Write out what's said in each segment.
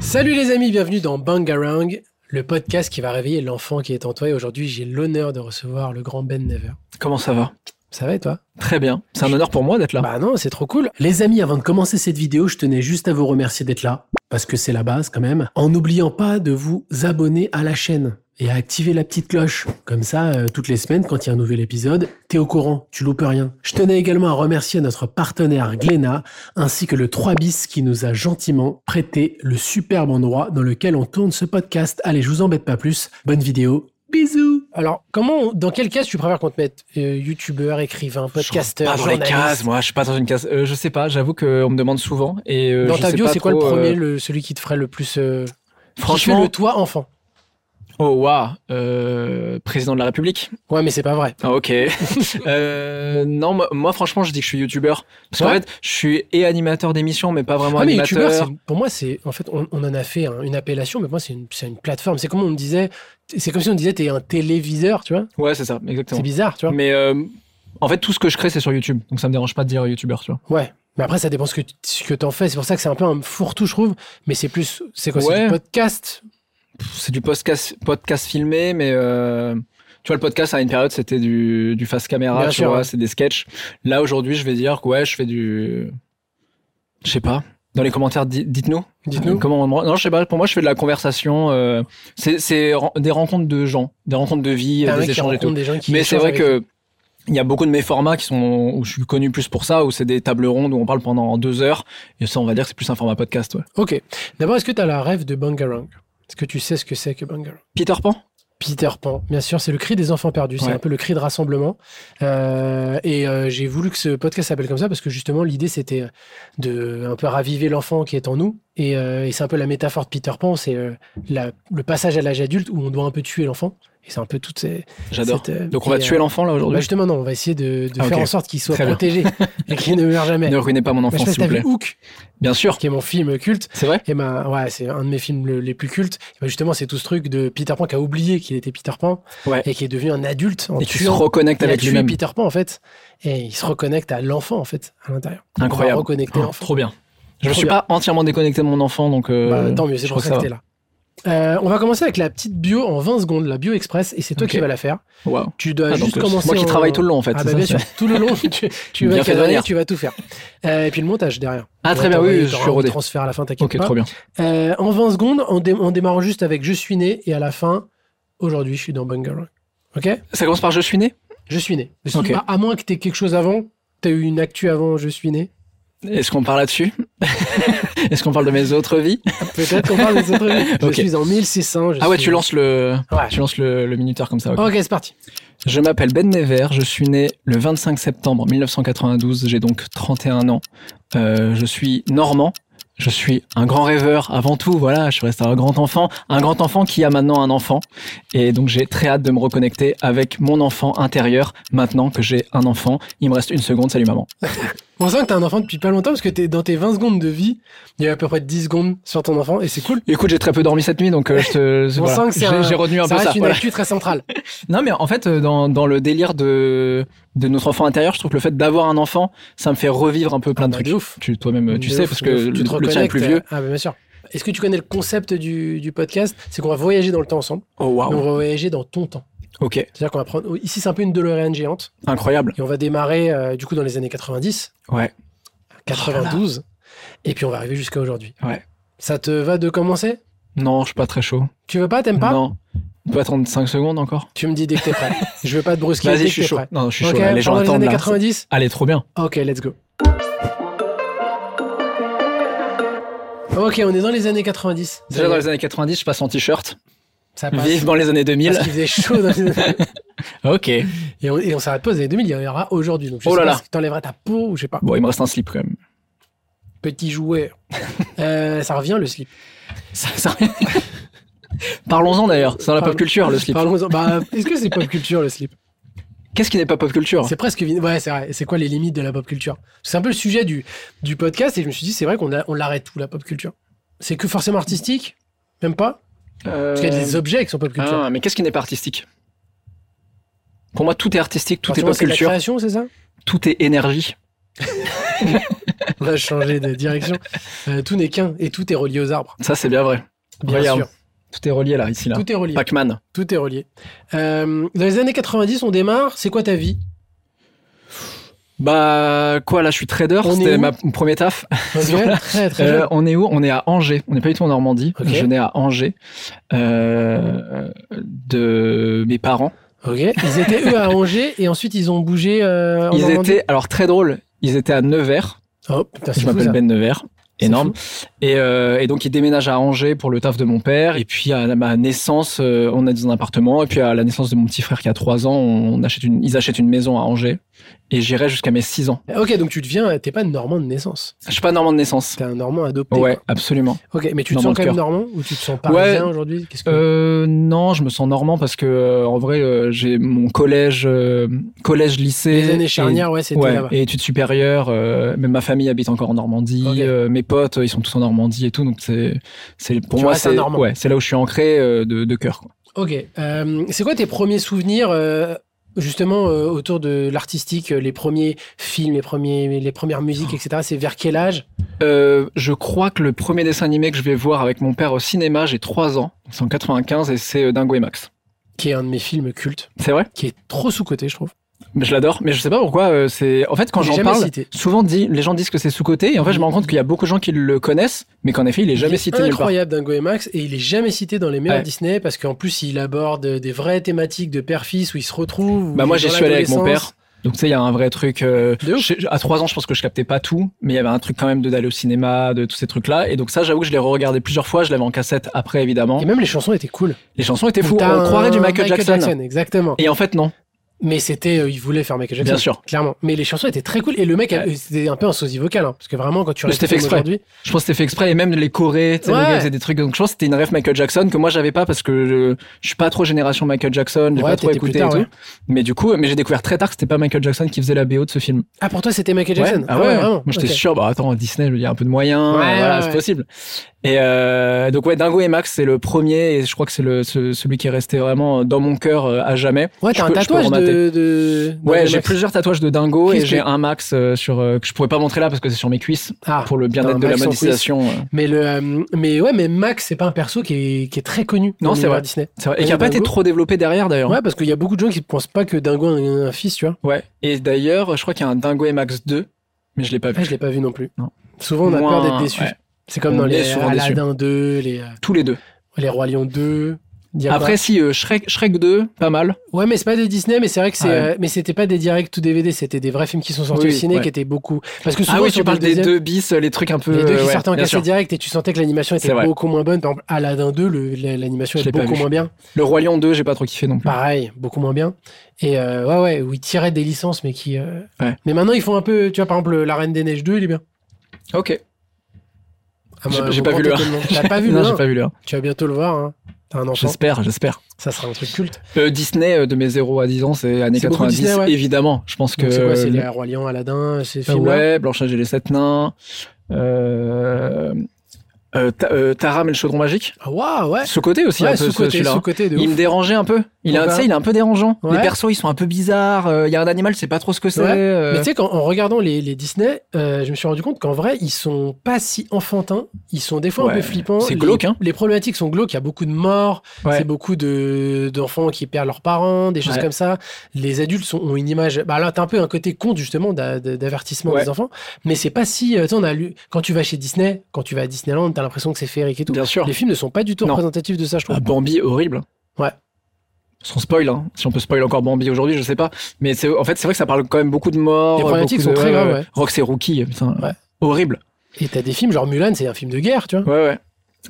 Salut les amis, bienvenue dans Bangarang, le podcast qui va réveiller l'enfant qui est en toi. Et aujourd'hui, j'ai l'honneur de recevoir le grand Ben Never. Comment ça va Ça va et toi Très bien. C'est un honneur pour moi d'être là. Bah non, c'est trop cool. Les amis, avant de commencer cette vidéo, je tenais juste à vous remercier d'être là, parce que c'est la base quand même, en n'oubliant pas de vous abonner à la chaîne et à activer la petite cloche. Comme ça, euh, toutes les semaines, quand il y a un nouvel épisode, t'es au courant, tu loupes rien. Je tenais également à remercier notre partenaire Glénat, ainsi que le 3 bis qui nous a gentiment prêté le superbe endroit dans lequel on tourne ce podcast. Allez, je vous embête pas plus. Bonne vidéo. Bisous. Alors, comment, dans quelle case tu préfères qu'on te mette euh, youtubeur, écrivain, Je rentre pas dans les cases, moi. Je suis pas dans une case. Euh, je sais pas. J'avoue qu'on me demande souvent. Et euh, Dans je ta sais bio, pas c'est quoi le trop, premier, euh, le- celui qui te ferait le plus. euh, qui fait Franchement, le toi enfant. oh waouh, euh, président de la République. Ouais, mais c'est pas vrai. Ah, ok. Euh, non, moi, moi, franchement, je dis que je suis youtubeur parce qu'en Ouais. fait, je suis et animateur d'émission, mais pas vraiment Ah, mais youtubeur, animateur. c'est- pour moi, c'est. En fait, on, on en a fait un- une appellation, mais pour moi, c'est une, c'est une plateforme. C'est comme on me disait. C'est comme si on disait, t'es un téléviseur, tu vois. ouais, c'est ça, C'est exactement. bizarre, tu vois. Mais euh, en fait, tout ce que je crée, c'est sur YouTube, donc ça me dérange pas de dire youtubeur, tu vois. Ouais. Mais après, ça dépend ce que, t- ce que t'en fais. C'est pour ça que c'est un peu un fourre-tout, je trouve. Mais c'est plus. C'est quoi C'est Ouais. du podcast c'est du podcast, podcast filmé, mais euh, tu vois, le podcast à une période, c'était du, du face caméra, Bien tu sûr, vois, ouais. c'est des sketchs. Là, aujourd'hui, je vais dire que ouais, je fais du. Je sais pas. Dans les commentaires, di- dites-nous. Dites-nous. Comment on- Non, je sais pas. Pour moi, je fais de la conversation. euh, c'est- c'est ren- des rencontres de gens, des rencontres de vie, T'as un mec des qui échanges et rencontre tout. des gens qui Mais c'est échangent vrai avec- que. Il y a beaucoup de mes formats qui sont où je suis connu plus pour ça, où c'est des tables rondes où on parle pendant deux heures. Et ça, on va dire que c'est plus un format podcast. Ouais. Ok. D'abord, est-ce que t'as la rêve de Bangarang Est-ce que tu sais ce que c'est que Bangarang Peter Pan. Peter Pan, bien sûr, c'est le cri des enfants perdus, c'est Ouais. un peu le cri de rassemblement. Euh, et euh, j'ai voulu que ce podcast s'appelle comme ça parce que justement l'idée c'était euh, de un peu raviver l'enfant qui est en nous. Et, euh, et c'est un peu la métaphore de Peter Pan, c'est euh, la- le passage à l'âge adulte où on doit un peu tuer l'enfant. Et c'est un peu toute ces. J'adore. cette, euh, Donc on va et, tuer euh, l'enfant là bah, aujourd'hui. justement non, on va essayer de, de Ah, faire ok. en sorte qu'il soit Très bien. protégé et qu'il ne meure jamais. Ne ruinez pas mon Bah, je sais enfant, pas si s'il t'as vous plaît. vu Hook, Bien sûr. qui est mon film culte. C'est vrai Et ben ouais, c'est un de mes films le- les plus cultes. Et ben, justement, c'est tout ce truc de Peter Pan qui a oublié qu'il était Peter Pan Ouais. et qui est devenu un adulte en Et qui se tuant. reconnecte Il a avec tué lui-même. Peter Pan en fait, et il se reconnecte à l'enfant en fait à l'intérieur. On va Incroyable. Reconnecter Oh, l'enfant. trop bien. Je me Trop suis bien. pas entièrement déconnecté de mon enfant, donc. euh, Bah, tant mieux, c'est je pour crois ça que t'es que là. Euh, on va commencer avec la petite bio en 20 secondes, la bio express, et c'est toi Ok. qui vas la faire. ça va. Wow. Tu dois Ah, donc, juste euh, commencer. moi qui en- travaille tout le long en fait. Ah c'est bah ça, bien c'est- sûr, tout le long, tu, tu vas Bien fait de cadrer, venir. tu vas tout faire. Euh, et puis le montage derrière. Ah On va très bien, t'envoyer, oui, je t'auras suis un rodé. transfert à la fin, t'inquiète Ok, pas. trop bien. Euh, en 20 secondes, on, dé- on démarre juste avec Je suis né et à la fin, aujourd'hui, je suis dans Bangarang. Ok Ça commence par je suis né. Je suis né. Je suis- Ok. à, à moins que tu quelque chose avant, tu as eu une actu avant Je suis né. Est-ce qu'on parle là-dessus Est-ce qu'on parle de mes autres vies Peut-être qu'on parle des autres vies. Je Ok. suis en 1600. je Ah ouais, suis- tu lances le, Ouais. tu lances le, le minuteur comme ça. ok. Ok, c'est parti. Je m'appelle Ben Never, je suis né le 25 septembre 1992, j'ai donc 31 ans. Euh, je suis normand, je suis un grand rêveur avant tout, voilà, je reste un grand enfant, un grand enfant qui a maintenant un enfant. Et donc j'ai très hâte de me reconnecter avec mon enfant intérieur maintenant que j'ai un enfant. Il me reste une seconde, salut maman. On sent que t'as un enfant depuis pas longtemps parce que t'es dans tes 20 secondes de vie, il y a à peu près 10 secondes sur ton enfant et c'est cool. Écoute, j'ai très peu dormi cette nuit, donc euh, je te, On sent que c'est j'ai, un- j'ai retenu un ça peu reste ça. une voilà. actu très centrale. Non, mais en fait, euh, dans, dans le délire de, de notre enfant intérieur, je trouve que le fait d'avoir un enfant, ça me fait revivre un peu plein Ah de bah, trucs. de ouf. Tu, toi-même, tu De sais, ouf, parce de que ouf. le, tu te le tien est plus reconnectes, vieux. euh, Ah, bah, bien sûr. Est-ce que tu connais le concept du, du podcast C'est qu'on va voyager dans le temps ensemble, mais Oh, on waouh. va voyager dans ton temps. Ok, C'est-à-dire qu'on va prendre. oh, Ici, c'est un peu une DeLorean géante. incroyable. Et on va démarrer, euh, du coup, dans les années 90, Ouais. 92. et puis, on va arriver jusqu'à aujourd'hui. Ouais. Ça te va de commencer Non, je suis pas très chaud. Tu veux pas T'aimes pas non. On peut attendre 5 secondes encore Tu me dis dès que t'es prêt. je veux pas te brusquer. dès Vas-y, que je suis t'es chaud. prêt. Non, non, je suis Ok, chaud. là, Les gens pendant les attendent années là. 90 Allez, trop bien. Ok, let's go. Ok, on est dans les années 90. Ça y Déjà est, dans les années 90, je passe en t-shirt. ça passe. Vivement les années Parce 2000. qu'il faisait chaud dans les années... Ok. Et on, et on s'arrête pas aux années 2000, il y en aura aujourd'hui. Donc je Oh sais là pas là. si t'enlèveras ta peau ou je sais pas. Bon, il me reste un slip quand même. Petit joueur. Euh, ça revient le slip. Ça- ça- Parlons-en d'ailleurs. C'est dans la Parle- pop culture, le slip. Parlons-en. Bah, est-ce que c'est pop culture le slip Qu'est-ce qui n'est pas pop culture C'est presque. vin- Ouais, c'est vrai. C'est quoi les limites de la pop culture C'est un peu le sujet du, du podcast et je me suis dit, c'est vrai qu'on a- on l'arrête tout, la pop culture. C'est que forcément artistique Même pas Parce qu'il y a des objets qui sont pop culture. Euh, Ah, mais qu'est-ce qui n'est pas artistique Pour moi, tout est artistique, tout Enfin, tu est vois, pop c'est de la culture, création, c'est ça tout est énergie. On va changer de direction. Euh, tout n'est qu'un et tout est relié aux arbres. Ça, c'est bien vrai. Bien Regarde, sûr. Tout est relié là, ici, là. Tout est relié. Pac-Man. Tout est relié. Euh, dans les années 90, on démarre. C'est quoi ta vie Bah, quoi, là, je suis trader. On est C'était où ma- mon premier taf. Voilà. Très, très Euh, jeune. on est où On est à Angers. On n'est pas du tout en Normandie. Ok. Je nais à Angers euh, de mes parents. Ok. Ils étaient, eux, à Angers et ensuite, ils ont bougé euh, en Ils Normandie. étaient, alors très drôle, ils étaient à Nevers. Oh, putain, c'est Je fou, m'appelle ça. Ben Nevers. C'est Énorme. Et, euh, et donc, ils déménagent à Angers pour le taf de mon père. Et puis, à ma naissance, euh, on a dans un appartement. Et puis, à la naissance de mon petit frère qui a 3 ans, on achète une, ils achètent une maison à Angers. Et j'irai jusqu'à mes 6 ans. Euh, Ok, donc tu deviens, t'es pas normand de naissance. Je suis pas normand de naissance. T'es un normand adopté. Ouais, quoi. absolument. Ok, mais tu te Normand sens de quand même cœur. normand ou tu te sens parisien aujourd'hui Qu'est-ce que... Euh, non, je me sens normand parce que euh, en vrai, euh, j'ai mon collège, euh, collège, lycée, Les années et- charnières, ouais, c'était ouais, là-bas. et études supérieures. euh, même ma famille habite encore en Normandie. Ok. euh, mes potes, euh, ils sont tous en Normandie et tout. Donc c'est, c'est pour Tu moi, restes un c'est Normand. ouais, c'est là où je suis ancré euh, de, de cœur. quoi. Ok. euh, c'est quoi tes premiers souvenirs euh, justement euh, autour de l'artistique, euh, les premiers films, les, premiers, les premières musiques, etc. C'est vers quel âge Euh, je crois que le premier dessin animé que je vais voir avec mon père au cinéma, j'ai 3 ans. C'est en 95 et c'est euh, Dingo et Max. Qui est un de mes films cultes, C'est vrai qui est trop sous-coté, je trouve. Mais Je l'adore, mais je sais pas pourquoi. euh, c'est en fait quand J'ai j'en jamais parle. cité. Souvent dit, les gens disent que c'est sous-côté, et en fait, je me rends compte qu'il y a beaucoup de gens qui le connaissent, mais qu'en effet, il est jamais Il est cité nulle part. incroyable Dingo et Max et il est jamais cité dans les meilleurs Ouais. Disney parce qu'en plus il aborde des vraies thématiques de père-fils où ils se retrouvent. où Bah, il moi, est j'y dans suis allé avec mon l'adolescence. père. Donc, tu sais, il y a un vrai truc. euh, De ouf. je- à trois ans, je pense que je captais pas tout, mais il y avait un truc quand même de d'aller au cinéma, de tous ces trucs-là. Et donc, ça, j'avoue que je l'ai re-regardé plusieurs fois. Je l'avais en cassette après, évidemment. Et même les chansons étaient cool. Les chansons étaient fous. T'as On un croirait du Michael, Jackson. Exactement. Et en fait, non. Mais c'était, euh, il voulait faire Michael Jackson. Bien sûr. Clairement. Mais les chansons étaient très cool. Et le mec, Ouais. euh, c'était un peu un sosie vocal. hein, parce que vraiment, quand tu Mais restes c'était fait exprès. aujourd'hui. Je pense que c'était fait exprès. Et même les chorés, tu sais, Ouais. le gars faisait des trucs. Donc, je pense que c'était une rêve Michael Jackson que moi, j'avais pas parce que je, je suis pas trop génération Michael Jackson. J'ai Ouais, pas trop t'étais plus écouté tard, et tout. ouais. Mais du coup, mais j'ai découvert très tard que c'était pas Michael Jackson qui faisait la BO de ce film. Ah, pour toi, c'était Michael Jackson. Ouais, ah ouais, vraiment. Moi, j'étais Ok. sûr, bah attends, Disney, je veux dire, un peu de moyens, Ouais, voilà, ouais, c'est ouais. possible. Et euh, donc, ouais, Dingo et Max, c'est le premier, et je crois que c'est le, ce- celui qui est resté vraiment dans mon cœur euh, à jamais. Ouais, Je t'as un peux- je peux tatouage de, de- Ouais, de j'ai Max. plusieurs tatouages de Dingo, et Qu'est-ce j'ai que- un Max euh, sur, euh, que je pourrais pas montrer là parce que c'est sur mes cuisses, Ah. pour le bien-être un de la Max en monétisation. euh, Mais, le, euh, mais ouais, mais Max, c'est pas un perso qui est, qui est très connu. dans Non, c'est l'univers vrai. Disney. c'est vrai. Et Et qui a pas Dingo été trop développé derrière d'ailleurs. Ouais, parce qu'il y a beaucoup de gens qui pensent pas que Dingo a un, un fils, tu vois. Ouais. Et d'ailleurs, je crois qu'il y a un Dingo et Max 2, mais je l'ai pas Ouais, vu. je l'ai pas vu non plus. Non. Souvent, on a Moins- peur d'être déçu. ouais, C'est comme On dans est les souvent déçu. Aladdin 2, les, euh, tous les deux. les Rois Lions 2. Diabla. Après, si euh, Shrek, Shrek 2, pas mal. Ouais, mais c'est pas de Disney, mais c'est vrai que c'est, Ah ouais. euh, mais c'était pas des directs ou DVD, c'était des vrais films qui sont sortis Oui, au ciné ouais. qui étaient beaucoup. Parce que souvent, Ah oui, sur tu parles des deuxièmes- deux bis, euh, les trucs un peu. les deux qui ouais, sortaient en bien sûr. cassette direct et tu sentais que l'animation était C'est vrai. beaucoup moins bonne. Par exemple, Aladdin 2, le- la- l'animation Je était l'ai pas beaucoup vu. moins bien. Le Roi Lion 2, j'ai pas trop kiffé non plus. Pareil, beaucoup moins bien. Et euh, ouais, ouais, où ils tiraient des licences, mais qui. euh, Ouais. Mais maintenant, ils font un peu. Tu vois, par exemple, La Reine des Neiges 2, il est bien. Ok. Ah, J'ai- moi, j'ai mon pas grand vu le un. étonnement. T'as pas vu le Non, un j'ai pas vu le un. Tu vas bientôt le voir. Hein. T'as un enfant. J'espère, j'espère. Ça sera un truc culte. Euh, Disney, euh, de mes 0 à 10 ans, c'est années C'est beaucoup 90, Disney, ouais. évidemment. Je pense que. Donc, C'est quoi C'est les Rois Lions, Aladdin, ces Euh, films-là Ouais, Blanchage et les Sept Nains. Euh... euh, Ta- euh, Taram et le Chaudron Magique. Ah, Waouh, ouais. Ce côté aussi, un Ouais, peu, ce- sous-côté, celui-là. sous-côté de Il ouf. me dérangeait un peu. Il est, Ouais. tu sais, il est un peu dérangeant. Ouais. Les persos, ils sont un peu bizarres. Euh, Il y a un animal, je sais pas trop ce que c'est. Ouais. euh, Mais tu sais, qu'en- en regardant les, les Disney, euh, je me suis rendu compte qu'en vrai, ils sont pas si enfantins. Ils sont des fois un Ouais. peu flippants. C'est Les- glauque, hein. Les problématiques sont glauques. Il y a beaucoup de morts. Ouais. C'est beaucoup de- d'enfants qui perdent leurs parents, des choses Ouais. comme ça. Les adultes sont- ont une image. Bah là, t'as un peu un côté conte, justement, d'a- d'a- d'avertissement Ouais. des enfants. Mais c'est pas si. euh, tu sais, on a lu. Quand tu vas chez Disney, quand tu vas à Disneyland, t'as l'impression que c'est féerique et tout. Bien sûr. Les films ne sont pas du tout Non. représentatifs de ça, je trouve. Ah, Bambi, horrible. Ouais. Sans spoil, hein. si on peut spoil encore Bambi aujourd'hui, je sais pas. Mais c'est, en fait, c'est vrai que ça parle quand même beaucoup de morts. Les problématiques beaucoup sont de- très graves, ouais. Rox et Rookie, euh, putain. Ouais. Horrible. Et t'as des films genre Mulan, c'est un film de guerre, tu vois. Ouais, ouais.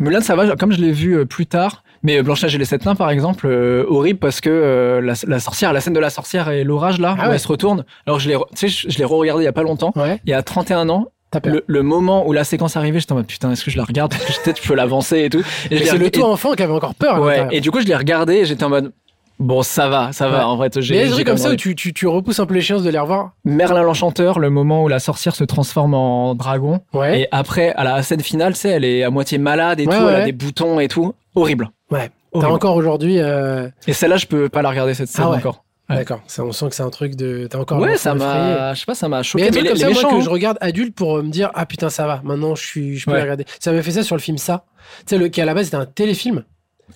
Mulan, ça va, comme je l'ai vu euh, plus tard. Mais euh, Blanchage et les Sept Nains, par exemple, euh, horrible parce que euh, la, la sorcière, la scène de la sorcière et l'orage, là, Ah où ouais. elle se retourne. Alors, je l'ai, re- tu sais, je, je l'ai re-regardé il y a pas longtemps. Ouais, Et à 31 ans, t'as peur. le, le moment où la séquence arrivait, j'étais en mode putain, est-ce que je la regarde Parce que peut-être je peux l'avancer et tout. Et je Mais l'ai c'est le reg- et- tout enfant qui avait encore peur. hein, à Ouais, l'intérieur. et du coup, je l'ai regardé et j'étais en mode. Bon, ça va, ça va, Ouais. en vrai. j'ai- Mais il y a des j'ai trucs comme ça où compris. tu, tu, tu repousses un peu les chances de les revoir. Merlin l'Enchanteur, le moment où la sorcière se transforme en dragon. Ouais. Et après, à la scène finale, tu sais, elle est à moitié malade et Ouais, tout, ouais, elle a ouais. des boutons et tout. Horrible. Ouais. T'as Horrible. encore aujourd'hui. euh, Et celle-là, je peux pas la regarder cette scène Ah ouais. encore. Ouais. D'accord. Ça, on sent que c'est un truc de. T'as encore. Ouais, l'enfant ça effrayé. m'a, je sais pas, ça m'a Mais il choqué. y a des trucs les- comme les ça, moi, méchants, que hein. je regarde adulte pour euh, me dire ah putain ça va. Maintenant je suis, je peux Ouais. les regarder. Ça m'a fait ça sur le film ça. Tu sais le qui à la base c'était un téléfilm.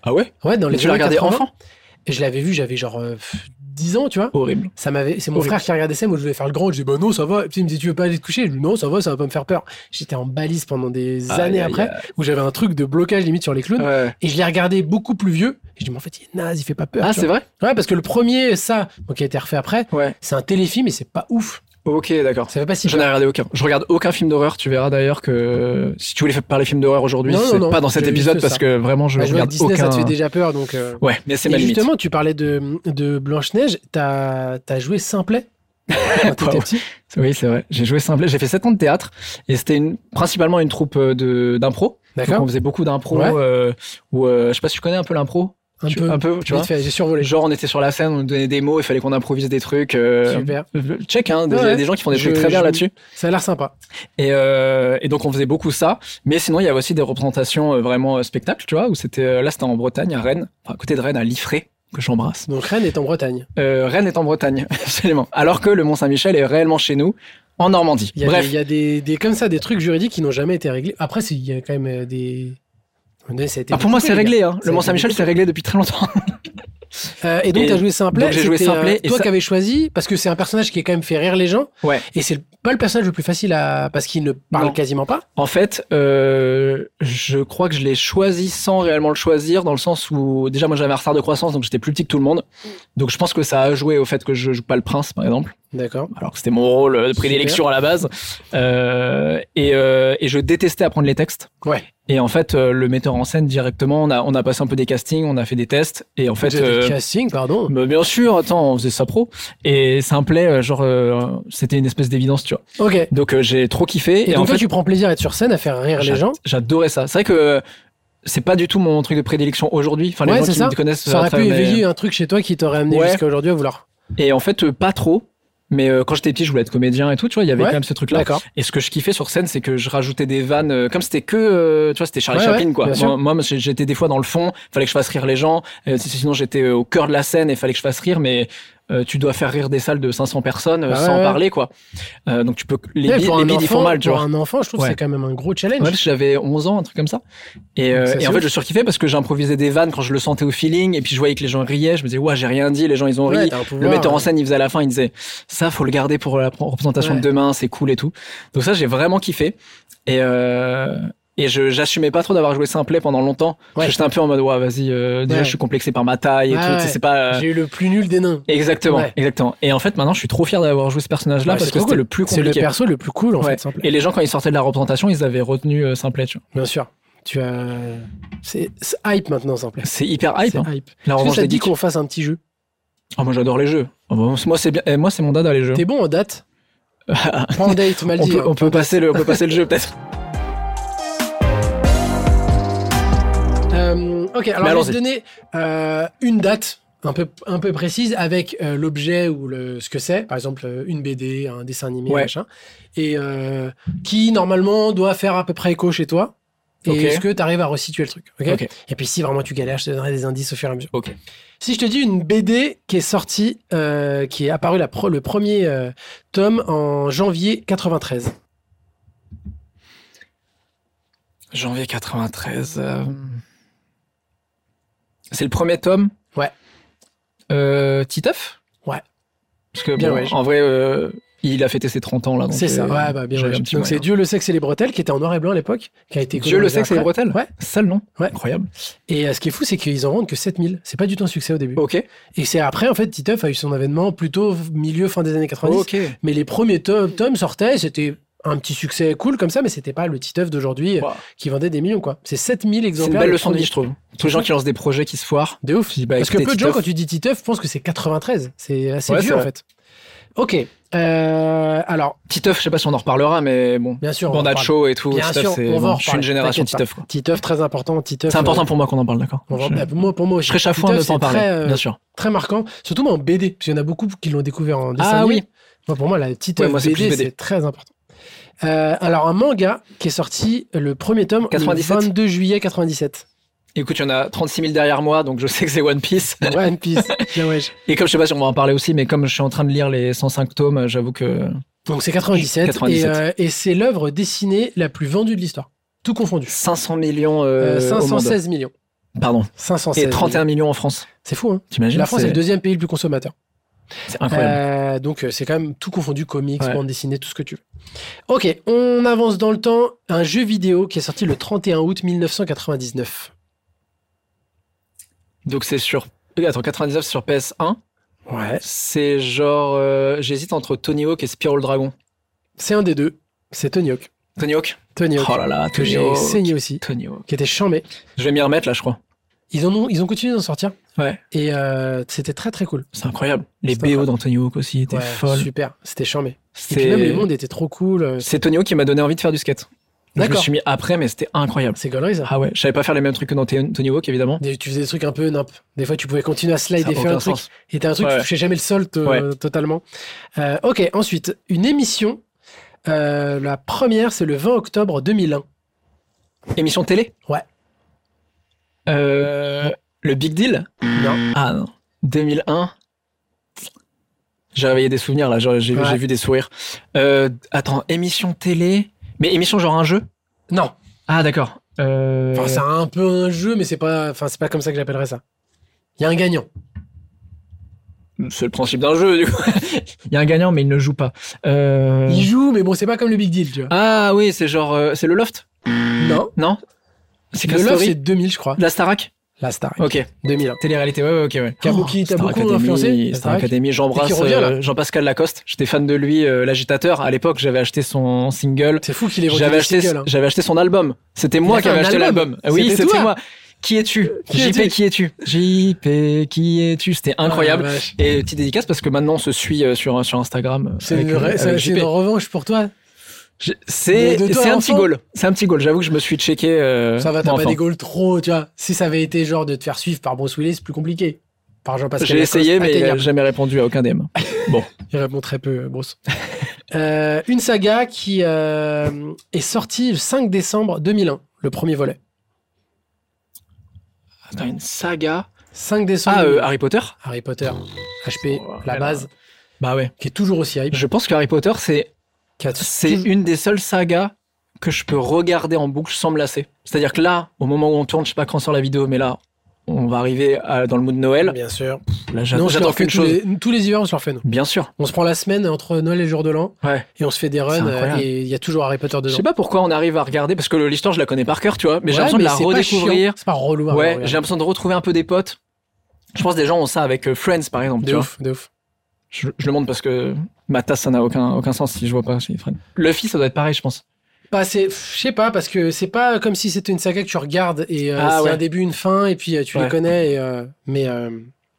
Ah ouais Ouais, dans les. Tu l'as années regardé 80. enfant Et je l'avais vu, j'avais genre euh, pff, 10 ans, tu vois. Horrible. Ça m'avait, c'est mon Horrible. frère qui regardait ça. Moi, je voulais faire le grand. Je dis, bah non, ça va. Et puis il me dit, tu veux pas aller te coucher Je dis, non, ça va, ça va pas me faire peur. J'étais en balise pendant des Aïe, années aïe, après, aïe. où j'avais un truc de blocage limite sur les clowns. Ouais. Et je l'ai regardé beaucoup plus vieux. Et je dis, mais en fait, il est naze, il fait pas peur. Ah, tu c'est vrai vois. Ouais, parce que le premier, ça, bon, qui a été refait après, Ouais. c'est un téléfilm et c'est pas ouf. Ok, d'accord. Ça fait pas si Je peur. n'ai regardé aucun. Je regarde aucun film d'horreur. Tu verras d'ailleurs que si tu voulais faire parler film d'horreur aujourd'hui, Non, non, c'est non, pas dans cet j'ai épisode juste parce ça. que vraiment je Bah, je vois que regarde Disney, aucun. ça te fait déjà peur. Donc, euh. Ouais, mais c'est Et ma limite. justement, tu parlais de, de Blanche-Neige. T'as as joué Simplet quand t'étais Waouh. petit. Oui, c'est vrai. J'ai joué simple. J'ai fait 7 ans de théâtre et c'était une, principalement une troupe euh, de d'impro. Donc on D'accord faisait beaucoup d'impro. Ouais. euh, ou euh, je sais pas si tu connais un peu l'impro. Un Tu- peu. un peu, Vite tu vois. fait, J'ai survolé. Genre on était sur la scène, on nous donnait des mots, il fallait qu'on improvise des trucs. euh, Super. euh, Check, hein, des- il y a Ouais. des gens qui font des Je- trucs très bien je- là-dessus. Ça a l'air sympa. Et, euh, et donc on faisait beaucoup ça, mais sinon il y avait aussi des représentations euh, vraiment euh, spectacles, tu vois, où c'était euh, là c'était en Bretagne, à Rennes, enfin à côté de Rennes, à Liffré, que j'embrasse. Donc Rennes est en Bretagne. Euh, Rennes est en Bretagne, absolument. Alors que le Mont Saint-Michel est réellement chez nous, en Normandie. Il y a, Bref, des, il y a des, des- comme ça des trucs juridiques qui n'ont jamais été réglés. Après, c'est- il y a quand même euh, des. Ouais, ça a été Ah, pour moi découpé, c'est les réglé, hein. Ça le a Mont été Saint-Michel c'est réglé depuis très longtemps. gars. Euh, et donc, Et tu as joué Simplet. donc, j'ai joué c'était, euh, Simplet et toi ça- qui avais choisi, parce que c'est un personnage qui est quand même fait rire les gens. Ouais. Et c'est le- pas le personnage le plus facile à. Parce qu'il ne parle Non. quasiment pas. En fait, euh, je crois que je l'ai choisi sans réellement le choisir, dans le sens où déjà moi j'avais un retard de croissance, donc j'étais plus petit que tout le monde. Donc je pense que ça a joué au fait que je joue pas le prince, par exemple. D'accord. alors que c'était mon rôle de prédilection à la base. Euh, et, euh, et je détestais apprendre les textes. Ouais. Et en fait, euh, le metteur en scène directement, on a, on a passé un peu des castings, on a fait des tests. Et en fait, Vous avez euh, le casting, pardon. bah, bien sûr, attends, on faisait ça pro. Et ça me plaît, euh, genre, euh, c'était une espèce d'évidence, tu vois. Ok. Et, Donc euh, j'ai trop kiffé. Et, donc, en toi, fait, tu prends plaisir à être sur scène, à faire rire les j'a- gens. j'adorais ça. C'est vrai que euh, c'est pas du tout mon truc de prédilection aujourd'hui. Enfin, les Ouais, gens c'est qui ça. me connaissent. Ça à aurait pu travers mes- éveiller un truc chez toi qui t'aurait amené Ouais. jusqu'à aujourd'hui à vouloir. Et en fait, euh, pas trop. Mais euh, quand j'étais petit, je voulais être comédien et tout, tu vois, il y avait Ouais. quand même ce truc-là. D'accord. Et ce que je kiffais sur scène, c'est que je rajoutais des vannes, euh, comme c'était que, euh, tu vois, c'était Charlie Ouais, Chaplin, ouais, quoi. bien sûr. Moi, moi, j'ai- j'étais des fois dans le fond, fallait que je fasse rire les gens, euh, si- sinon j'étais euh, au cœur de la scène et fallait que je fasse rire, mais euh, tu dois faire rire des salles de 500 personnes euh, Bah ouais, sans ouais. parler, quoi. Euh, donc tu peux, les, Ouais, bi- pour les un bides, ils font enfant- mal, tu pour vois. un enfant, je trouve Ouais. que c'est quand même un gros Ouais, challenge. parce que j'avais 11 ans, un truc comme ça. Et, euh, Ça, et en c'est fait, ouf. je surkiffais parce que j'improvisais des vannes quand je le sentais au feeling, et puis je voyais que les gens riaient, je me disais, ouais, j'ai rien dit, les gens, ils ont ri, Ouais, t'as un le pouvoir, metteur en ouais. scène, il faisait à la fin, il disait ça, faut le garder pour la pr- représentation Ouais. de demain, c'est cool et tout. Donc ça, j'ai vraiment kiffé. Et euh, et je j'assumais pas trop d'avoir joué simplet pendant longtemps. Parce Ouais. que J'étais un peu en mode ouais, vas-y, euh, déjà Ouais. je suis complexé par ma taille et Ouais, tout. tu sais, ouais. C'est pas euh, J'ai eu le plus nul des nains. exactement, Ouais. exactement. Et en fait, maintenant, je suis trop fier d'avoir joué ce personnage-là Ouais, parce c'est que trop c'était cool. le plus C'est le compliqué. perso le plus cool en Ouais. fait, simple. Et les gens, quand ils sortaient de la représentation, ils avaient retenu euh, simplet. tu vois. Bien sûr. Tu as c'est c'est hype maintenant simple. C'est hyper hype. C'est hein. hype. La Est-ce que ça revanche te des dit geeks. qu'on fasse un petit jeu Oh, moi, j'adore les jeux. Oh, bah, moi, c'est bien. eh, Moi, c'est mon dada les jeux. T'es bon en date Pas en date, mal on, dit. hein. peut, on peut passer le, on peut passer le jeu peut-être. Euh, ok, alors je Mais vais allons-y. te donner euh, une date un peu, un peu précise avec euh, l'objet ou le, ce que c'est, par exemple euh, une BD, un dessin animé, Ouais. machin, et euh, qui normalement doit faire à peu près écho chez toi. Et Ok. est-ce que tu arrives à resituer le truc ok Ok. Et puis si vraiment tu galères, je te donnerai des indices au fur et à mesure. Ok. Si je te dis une BD qui est sortie, euh, qui est apparue la pro- le premier euh, tome en janvier 93. Janvier 93. euh, C'est le premier tome Ouais. Euh, Titeuf Ouais. Parce que, Bien bon, ouais, je- en vrai, euh, il a fêté ses 30 ans, là. donc, C'est ça, euh, ouais, bah, bien j'avais joué. un petit Donc moyen. c'est Dieu le sexe et les bretelles qui était en noir et blanc à l'époque, qui a été Dieu le colorisé sexe et les après. bretelles Ouais. Sale nom. Ouais. Incroyable. Et euh, ce qui est fou, c'est qu'ils en vendent que 7000. C'est pas du tout un succès au début. Ok. Et c'est après, en fait, Titeuf a eu son avènement plutôt milieu, fin des années 90. Mais les premiers to- tomes sortaient, c'était un petit succès cool comme ça, mais c'était pas le Titeuf d'aujourd'hui euh, Wow. qui vendait des millions, quoi. C'est 7000 Bah, C'est une exemplaires. belle le leçon de vie, premier. je trouve. Tous les gens qui lancent des projets qui se foirent. De ouf. Puis, bah, Parce que écoutez, peu de gens, Titeuf. quand tu dis Titeuf, pensent que c'est 93. C'est assez Ouais, c'est vieux, en vrai. fait. Ok. Euh, alors, Titeuf, je sais pas si on en reparlera, mais bon. bien sûr. on en parle. Bandacho et tout. Bien Titeuf, sûr, c'est- on va en bon, Je suis une reparler, génération t'inquiète pas. Titeuf, quoi. Titeuf, très important. Titeuf. C'est important pour moi qu'on en parle, d'accord euh, on va- Je Moi, pour moi aussi. je serais chafouin de Titeuf, t'en c'est parler, très, euh, bien sûr. très marquant, surtout en BD, parce qu'il y en a beaucoup qui l'ont découvert en dessin Ah animé. oui. Moi, pour moi, la petite Ouais, œuvre moi, c'est BD, plus BD. c'est très important. Euh, alors, un manga qui est sorti le premier tome 97. le 22 juillet 97. Écoute, il y en a 36 000 derrière moi, donc je sais que c'est One Piece. One Piece. Bien, ouais. Et comme je sais pas si on va en parler aussi, mais comme je suis en train de lire les 105 tomes, j'avoue que Donc c'est 97, 97. et, euh, et c'est l'œuvre dessinée la plus vendue de l'histoire. Tout confondu. 500 millions euh, Euh, au 516 millions. monde. Pardon. 516 Et 31 millions en France. millions. C'est fou, hein T'imagines La France est le deuxième pays le plus consommateur. C'est incroyable. Euh, donc euh, c'est quand même tout confondu, comics, Ouais. bande dessinée, tout ce que tu veux. Ok, on avance dans le temps. Un jeu vidéo qui est sorti le 31 août 1999. Donc c'est sur. Euh, Attends, 99 c'est sur PS1. Ouais. C'est genre. euh, J'hésite entre Tony Hawk et Spiral Dragon. C'est un des deux. C'est Tony Hawk. Tony Hawk Tony Hawk. Oh là là, que Tony j'ai Hawk. saigné aussi, Tony Hawk. qui était chambé. Je vais m'y remettre là, je crois. Ils, en ont, ils ont continué d'en sortir. Ouais. Et euh, c'était très très cool. C'est incroyable. Les C'est BO incroyable. d'Anthony Hawk aussi étaient Ouais, folles. Super, c'était chambé. Et puis même le C'est monde était trop cool. euh, c'est Tony Hawk qui m'a donné envie de faire du skate. Donc, Je me D'accord. suis mis après, mais c'était incroyable. C'est gaulerie ça. Ah ouais, je savais pas faire les mêmes trucs que dans T- Tony Hawk évidemment. Des- tu faisais des trucs un peu nimp. Des fois, tu pouvais continuer à slide Ça a et faire aucun un truc. sens. Et t'as un truc, Ouais. tu touchais jamais le sol to- Ouais. totalement. Euh, ok, ensuite, une émission. Euh, la première, c'est le 20 octobre 2001. Émission de télé Ouais. Euh, le Big Deal Non. Ah non. 2001. J'ai réveillé des souvenirs là, j'ai j'ai vu- Ouais. j'ai vu des sourires. Euh, attends, émission télé Mais émission genre un jeu Non. Ah d'accord. Euh, Enfin, c'est un peu un jeu, mais c'est pas, enfin, c'est pas comme ça que j'appellerais ça. Il y a un gagnant. C'est le principe d'un jeu du coup. Il y a un gagnant mais il ne joue pas. Euh, Il joue, mais bon, c'est pas comme le Big Deal, tu vois. Ah oui, c'est genre... euh, c'est le Loft Mm. non. Non C'est Le Crash Love, Story c'est 2000, je crois. La Starac La Star. Ok. Oh, 2001. Télé-réalité, ouais, ouais, ok, ouais. Kabuki, t'as Star beaucoup Academy, influencé, Star Star Academy. Academy, Et qui j'embrasse revient, là. euh, Jean-Pascal Lacoste. J'étais fan de lui, euh, l'agitateur. À l'époque, j'avais acheté son single. C'est fou qu'il ait vendu J'avais des acheté, singles, hein. j'avais acheté son album. C'était moi a qui fait avais un acheté album. l'album. Ah Oui, C'était c'était toi. Euh, moi. Qui es-tu Qui JP, es-tu qui es-tu JP, qui es-tu C'était incroyable. Ah, la vache. Et petite dédicace parce que maintenant on se suit euh, sur, sur Instagram. euh, C'est avec, une, euh, re- avec c'est JP. une revanche pour toi. Je- C'est de- de toi, c'est un enfant petit goal. C'est un petit goal. J'avoue que je me suis checké. euh, Ça va, t'as moi, pas enfin, des goals trop, tu vois. Si ça avait été genre de te faire suivre par Bruce Willis, c'est plus compliqué. Par Jean-Pascal. J'ai Lacoste, essayé, mais il a atteignable. jamais répondu à aucun DM. Il répond très peu, Bruce. Euh, une saga qui euh, est sortie le 5 décembre 2001, le premier volet. Attends, Ah, une saga. 5 décembre. Ah, euh, 2001. Harry Potter Harry Potter, HP, Oh, la elle base, Bah ouais. qui est toujours aussi hype. Je pense que Harry Potter, c'est qui a t- C'est toujours- une des seules sagas que je peux regarder en boucle sans me lasser. C'est-à-dire que là, au moment où on tourne, je sais pas quand sort la vidéo, mais là, on va arriver à- dans le mood de Noël. Bien sûr. Là, Nous, j'attends on se j'attends leur fait qu'une tous chose. les- tous les hivers, on se leur fait, nous. Bien sûr. On se prend la semaine entre Noël et le jour de l'an Ouais. et on se fait des runs euh, incroyable. et il y a toujours Harry Potter Je dedans. sais pas pourquoi on arrive à regarder, parce que l'histoire, je la connais par cœur, tu vois, mais Ouais, j'ai l'impression de la c'est pas redécouvrir. chiant, C'est pas relou. à ouais, regarder. j'ai l'impression de retrouver un peu des potes. Je pense que des gens ont ça avec euh, Friends, par exemple. tu De vois. ouf, de ouf. Je, je le montre parce que ma tasse, ça n'a aucun, aucun sens si je vois pas si Friends. Luffy, ça doit être pareil, je pense. Bah, c'est, je sais pas, parce que c'est pas comme si c'était une saga que tu regardes et euh, Ah, c'est ouais. un début, une fin, et puis euh, tu les Ouais. connais. et, euh, mais euh,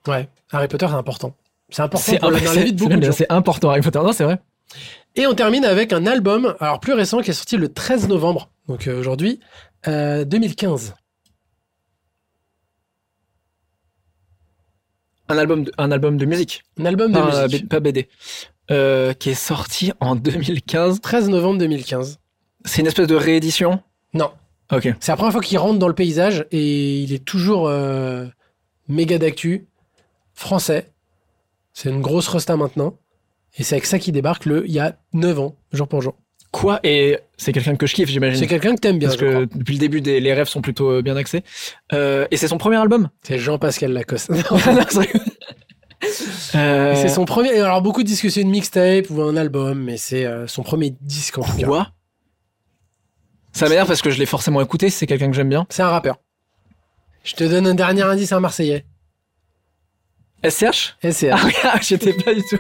ouais, Harry Potter, c'est important. C'est important C'est pour le- dans la vie de beaucoup de gens. c'est important, Harry Potter. Non, c'est vrai. Et on termine avec un album, alors plus récent, qui est sorti le 13 novembre, donc euh, aujourd'hui, euh, 2015. Un album de- un album de musique. Un album de pas, musique. B- pas BD, Euh, qui est sorti en 2015. 13 novembre 2015. C'est une espèce de réédition Non. Ok. C'est la première fois qu'il rentre dans le paysage et il est toujours euh, méga d'actu, français. C'est une grosse resta maintenant. Et c'est avec ça qu'il débarque le, il y a 9 ans, jour pour jour. Quoi Et c'est quelqu'un que je kiffe, C'est j'imagine. quelqu'un que t'aimes bien, Parce je crois. que depuis le début, des- les rêves sont plutôt euh, bien axés. Euh, et c'est son premier album C'est Jean-Pascal Lacoste. Euh, c'est son premier. Alors, beaucoup de discussions de mixtape ou un album, mais c'est euh, son premier disque en tout cas. Quoi Ça m'énerve parce que je l'ai forcément écouté, c'est quelqu'un que j'aime bien. C'est un rappeur. Je te donne un dernier indice, un Marseillais. SCH SCH. Ah oui, ah, j'étais pas du tout.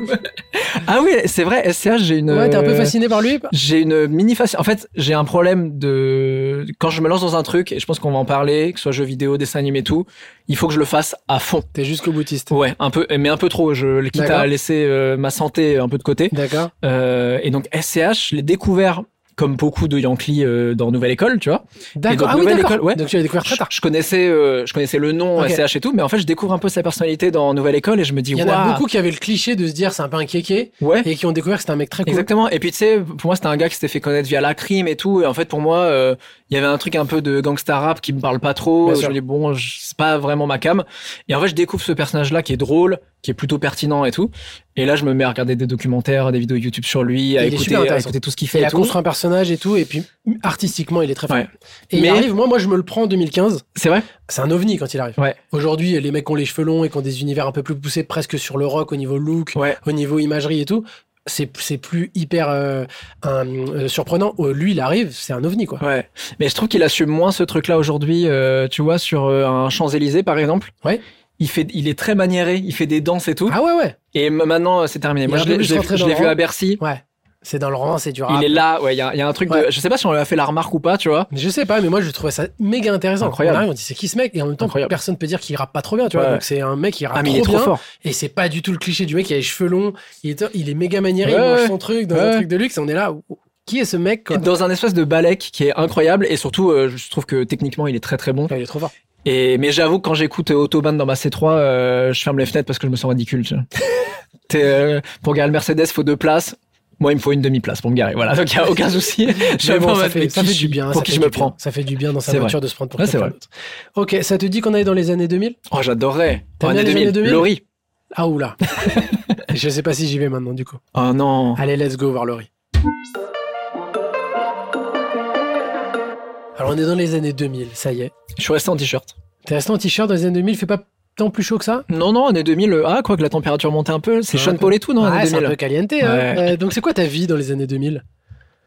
ah oui, c'est vrai, SCH, j'ai une. ouais, t'es un peu euh, fasciné par lui J'ai une mini face. En fait, j'ai un problème de quand je me lance dans un truc et je pense qu'on va en parler, que ce soit jeux vidéo, dessin animé, tout. Il faut que je le fasse à fond. T'es jusqu'au boutiste. Ouais, un peu, mais un peu trop. Je le quitte D'accord. à laisser euh, ma santé un peu de côté. D'accord Euh, et donc SCH, je l'ai découvert comme beaucoup de Yankees euh, dans Nouvelle École, tu vois. D'accord. donc, Ah oui, nouvelle d'accord. école, ouais. Donc, tu l'as découvert Je, très tard. je connaissais, euh, je connaissais le nom Ok. SCH et tout, mais en fait, je découvre un peu sa personnalité dans Nouvelle École et je me dis Il y en waouh. a beaucoup qui avaient le cliché de se dire c'est un peu un kéké Ouais. et qui ont découvert que c'était un mec très cool. Exactement. Et puis tu sais, pour moi, c'était un gars qui s'était fait connaître via la crime et tout. Et en fait, pour moi, euh, il Il y avait un truc un peu de gangsta rap qui me parle pas trop. Bien Je sûr. me dis, bon, je- c'est pas vraiment ma cam. Et en fait, je découvre ce personnage-là qui est drôle, qui est plutôt pertinent et tout. Et là, je me mets à regarder des documentaires, des vidéos YouTube sur lui, à Il est écouter, super à intéressant. écouter tout ce qu'il fait Il et a tout. construit un personnage et tout, et puis artistiquement, il est très fort. Ouais. Et Mais- il arrive, moi, moi, je me le prends en 2015. C'est vrai? C'est un ovni quand il arrive. Ouais. Aujourd'hui, les mecs qui ont les cheveux longs et qui ont des univers un peu plus poussés, presque sur le rock au niveau look, Ouais. au niveau imagerie et tout. C'est c'est plus hyper euh, un, euh, surprenant. Euh, lui, il arrive, c'est un ovni, quoi. Ouais, mais je trouve qu'il assume moins ce truc-là aujourd'hui. euh, tu vois, sur euh, un Champs-Élysées, par exemple. Ouais. Il, fait, il est très maniéré, il fait des danses et tout. Ah ouais, ouais. Et m- maintenant, euh, c'est terminé. Il Moi, est un je peu l'ai plus je l'ai- rentré je dans l'ai le vu à rang. Bercy. Ouais. C'est dans le rang, c'est du rap. Il est là, ouais, il y a, il y a un truc de. Ah, Ouais. Je sais pas si on lui a fait la remarque ou pas, tu vois. Mais Je sais pas, mais moi je trouvais ça méga intéressant. Incroyable. On arrive, on dit c'est qui ce mec Et en même temps, Incroyable. personne peut dire qu'il rappe pas trop bien, tu vois. Ouais. Donc c'est un mec qui rappe Ah, mais trop, il est trop bien. fort. Et c'est pas du tout le cliché du mec qui a les cheveux longs. Il est, il est méga maniéré, Ouais, il ouais. mange son truc dans Ouais, un ouais. truc de luxe. On est là. oh, Qui est ce mec quoi Dans un espèce de balèque qui est incroyable. Et surtout, euh, je trouve que techniquement, il est très très bon. Ouais, Il est trop fort. Et, mais j'avoue que quand j'écoute euh, Autobahn dans ma C3, euh, je ferme les fenêtres parce que je me sens ridicule. tu vois. T'es, euh, pour garer le Mercedes, faut deux places. Moi, il me faut une demi-place pour me garer. Voilà, donc il n'y a aucun souci. Je suis Mais un peu bon, en ça mode, fait, mais ça qui fait je du suis- bien. ça Pour qui fait je me du bien. prends Ça fait du bien dans sa C'est vrai. voiture de se prendre pour Ouais, quelqu'un c'est vrai. d'autre. Ok, ça te dit qu'on aille dans les années 2000 Oh, j'adorerais. T'aimes Année bien les années 2000? Laurie. Ah oula. je sais pas si j'y vais maintenant du coup. Oh non. Allez, let's go voir Laurie. Alors on est dans les années 2000, ça y est. Je suis resté en t-shirt. T'es resté en t-shirt dans les années 2000, fait pas tant plus chaud que ça Non, non, année 2000. euh, Ah, quoi que la température montait un peu. Ah, C'est Ouais, Sean un peu. Paul et tout, non, Ah, Ouais, année c'est un 2000. peu caliente. hein. Ouais. Euh, donc c'est quoi ta vie dans les années 2000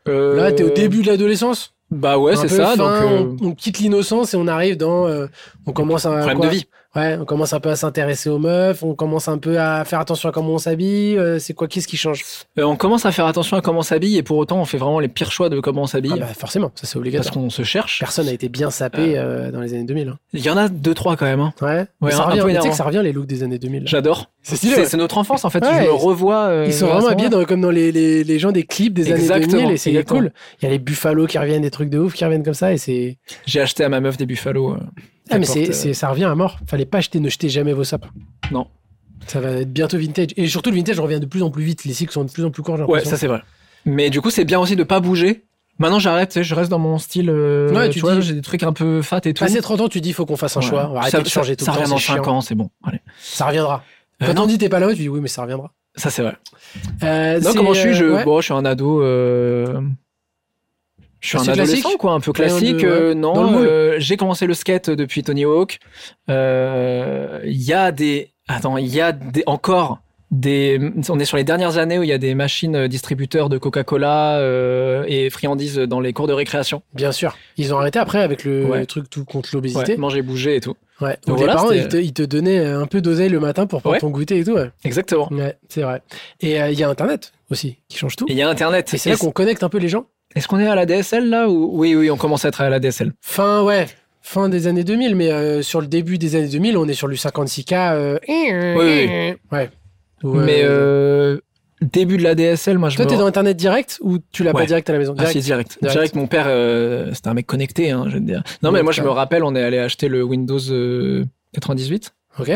Euh, Là, t'es au début de l'adolescence Bah ouais, Un c'est peu ça. fin, donc, euh, on, on quitte l'innocence et on arrive dans... euh, on commence à... problème quoi de vie. Ouais, on commence un peu à s'intéresser aux meufs, on commence un peu à faire attention à comment on s'habille, euh, c'est quoi, qu'est-ce qui change Euh, on commence à faire attention à comment on s'habille et pour autant, on fait vraiment les pires choix de comment on s'habille. Ah bah, Forcément, ça c'est parce obligatoire. qu'on se cherche. Personne n'a été bien sapé euh, dans les années 2000. hein. Il y en a deux, trois quand même. hein. Ouais, Mais Ouais, un- ça un revient, mais tu peu sais énervant. que ça revient les looks des années 2000. là. J'adore. C'est stylé, C'est ouais. c'est notre enfance en fait. Ouais, je me ils- revois. euh, Ils sont à ce vraiment moment-là. habillés dans- comme dans les, les, les gens des clips des années Exactement, 2000 et c'est exactement. cool. Il y a les Buffalo qui reviennent, des trucs de ouf qui reviennent comme ça et c'est. J'ai acheté à ma meuf des Buffalo. euh, Ah, mais qu'importe, c'est, euh, c'est- ça revient à mort. Fallait pas acheter, ne jetez jamais vos sapins. Non. Ça va être bientôt vintage. Et surtout, le vintage revient de plus en plus vite. Les cycles sont de plus en plus courts, j'ai Ouais, l'impression. ça c'est vrai. Mais du coup, c'est bien aussi de pas bouger. Maintenant, j'arrête, tu sais, je reste dans mon style. euh, Ouais, tu, tu vois, dis- j'ai des trucs un peu fat et tout. Passé 30 ans, tu dis, faut qu'on fasse un Voilà. choix. On va arrêter ça, de changer ça- tout ça le temps. revient dans c'est chiant. 5 ans, c'est bon. Allez. Ça reviendra. Euh, Quand non, on dit t'es pas là, tu dis oui, mais ça reviendra. ça c'est vrai. Euh, Non, c'est, comment je suis je, euh, ouais. bon, je suis un ado. euh, Je suis Assez un adolescent, Ah, classique quoi, un peu Ouais, un classique. peu, ouais. euh, Dans le non, moule. euh, j'ai commencé le skate depuis Tony Hawk. Euh, Il y a des. Attends, il y a des... encore des. On est sur les dernières années où il y a des machines distributeurs de Coca-Cola euh, et friandises dans les cours de récréation. Bien sûr. Ils ont arrêté après avec le Ouais. truc tout contre Ouais, l'obésité. manger, bouger et tout. Ouais. Donc, voilà, les parents, c'était- ils te, ils te donnaient un peu d'oseille le matin pour prendre Ouais. ton goûter et tout. Ouais, Exactement. Ouais, c'est vrai. Et euh, il y a Internet aussi qui change tout. Et il y a Internet. Et c'est là Est-ce qu'on connecte un peu les gens. est-ce qu'on est à la DSL là ou... Oui, oui, on commence à être à la DSL. Fin, ouais. Fin des années 2000, mais euh, sur le début des années 2000, on est sur du 56K. euh, oui, Ouais. Ou, euh, Mais euh, début de la DSL, moi je Toi, me- t'es dans Internet direct ou tu l'as pas Ouais. direct à la maison Ah, direct. si, direct. Direct. direct. mon père, euh, c'était un mec connecté, hein, je veux dire. Non, mais Ouais, moi, je ça. me rappelle, on est allé acheter le Windows euh, 98. Ok.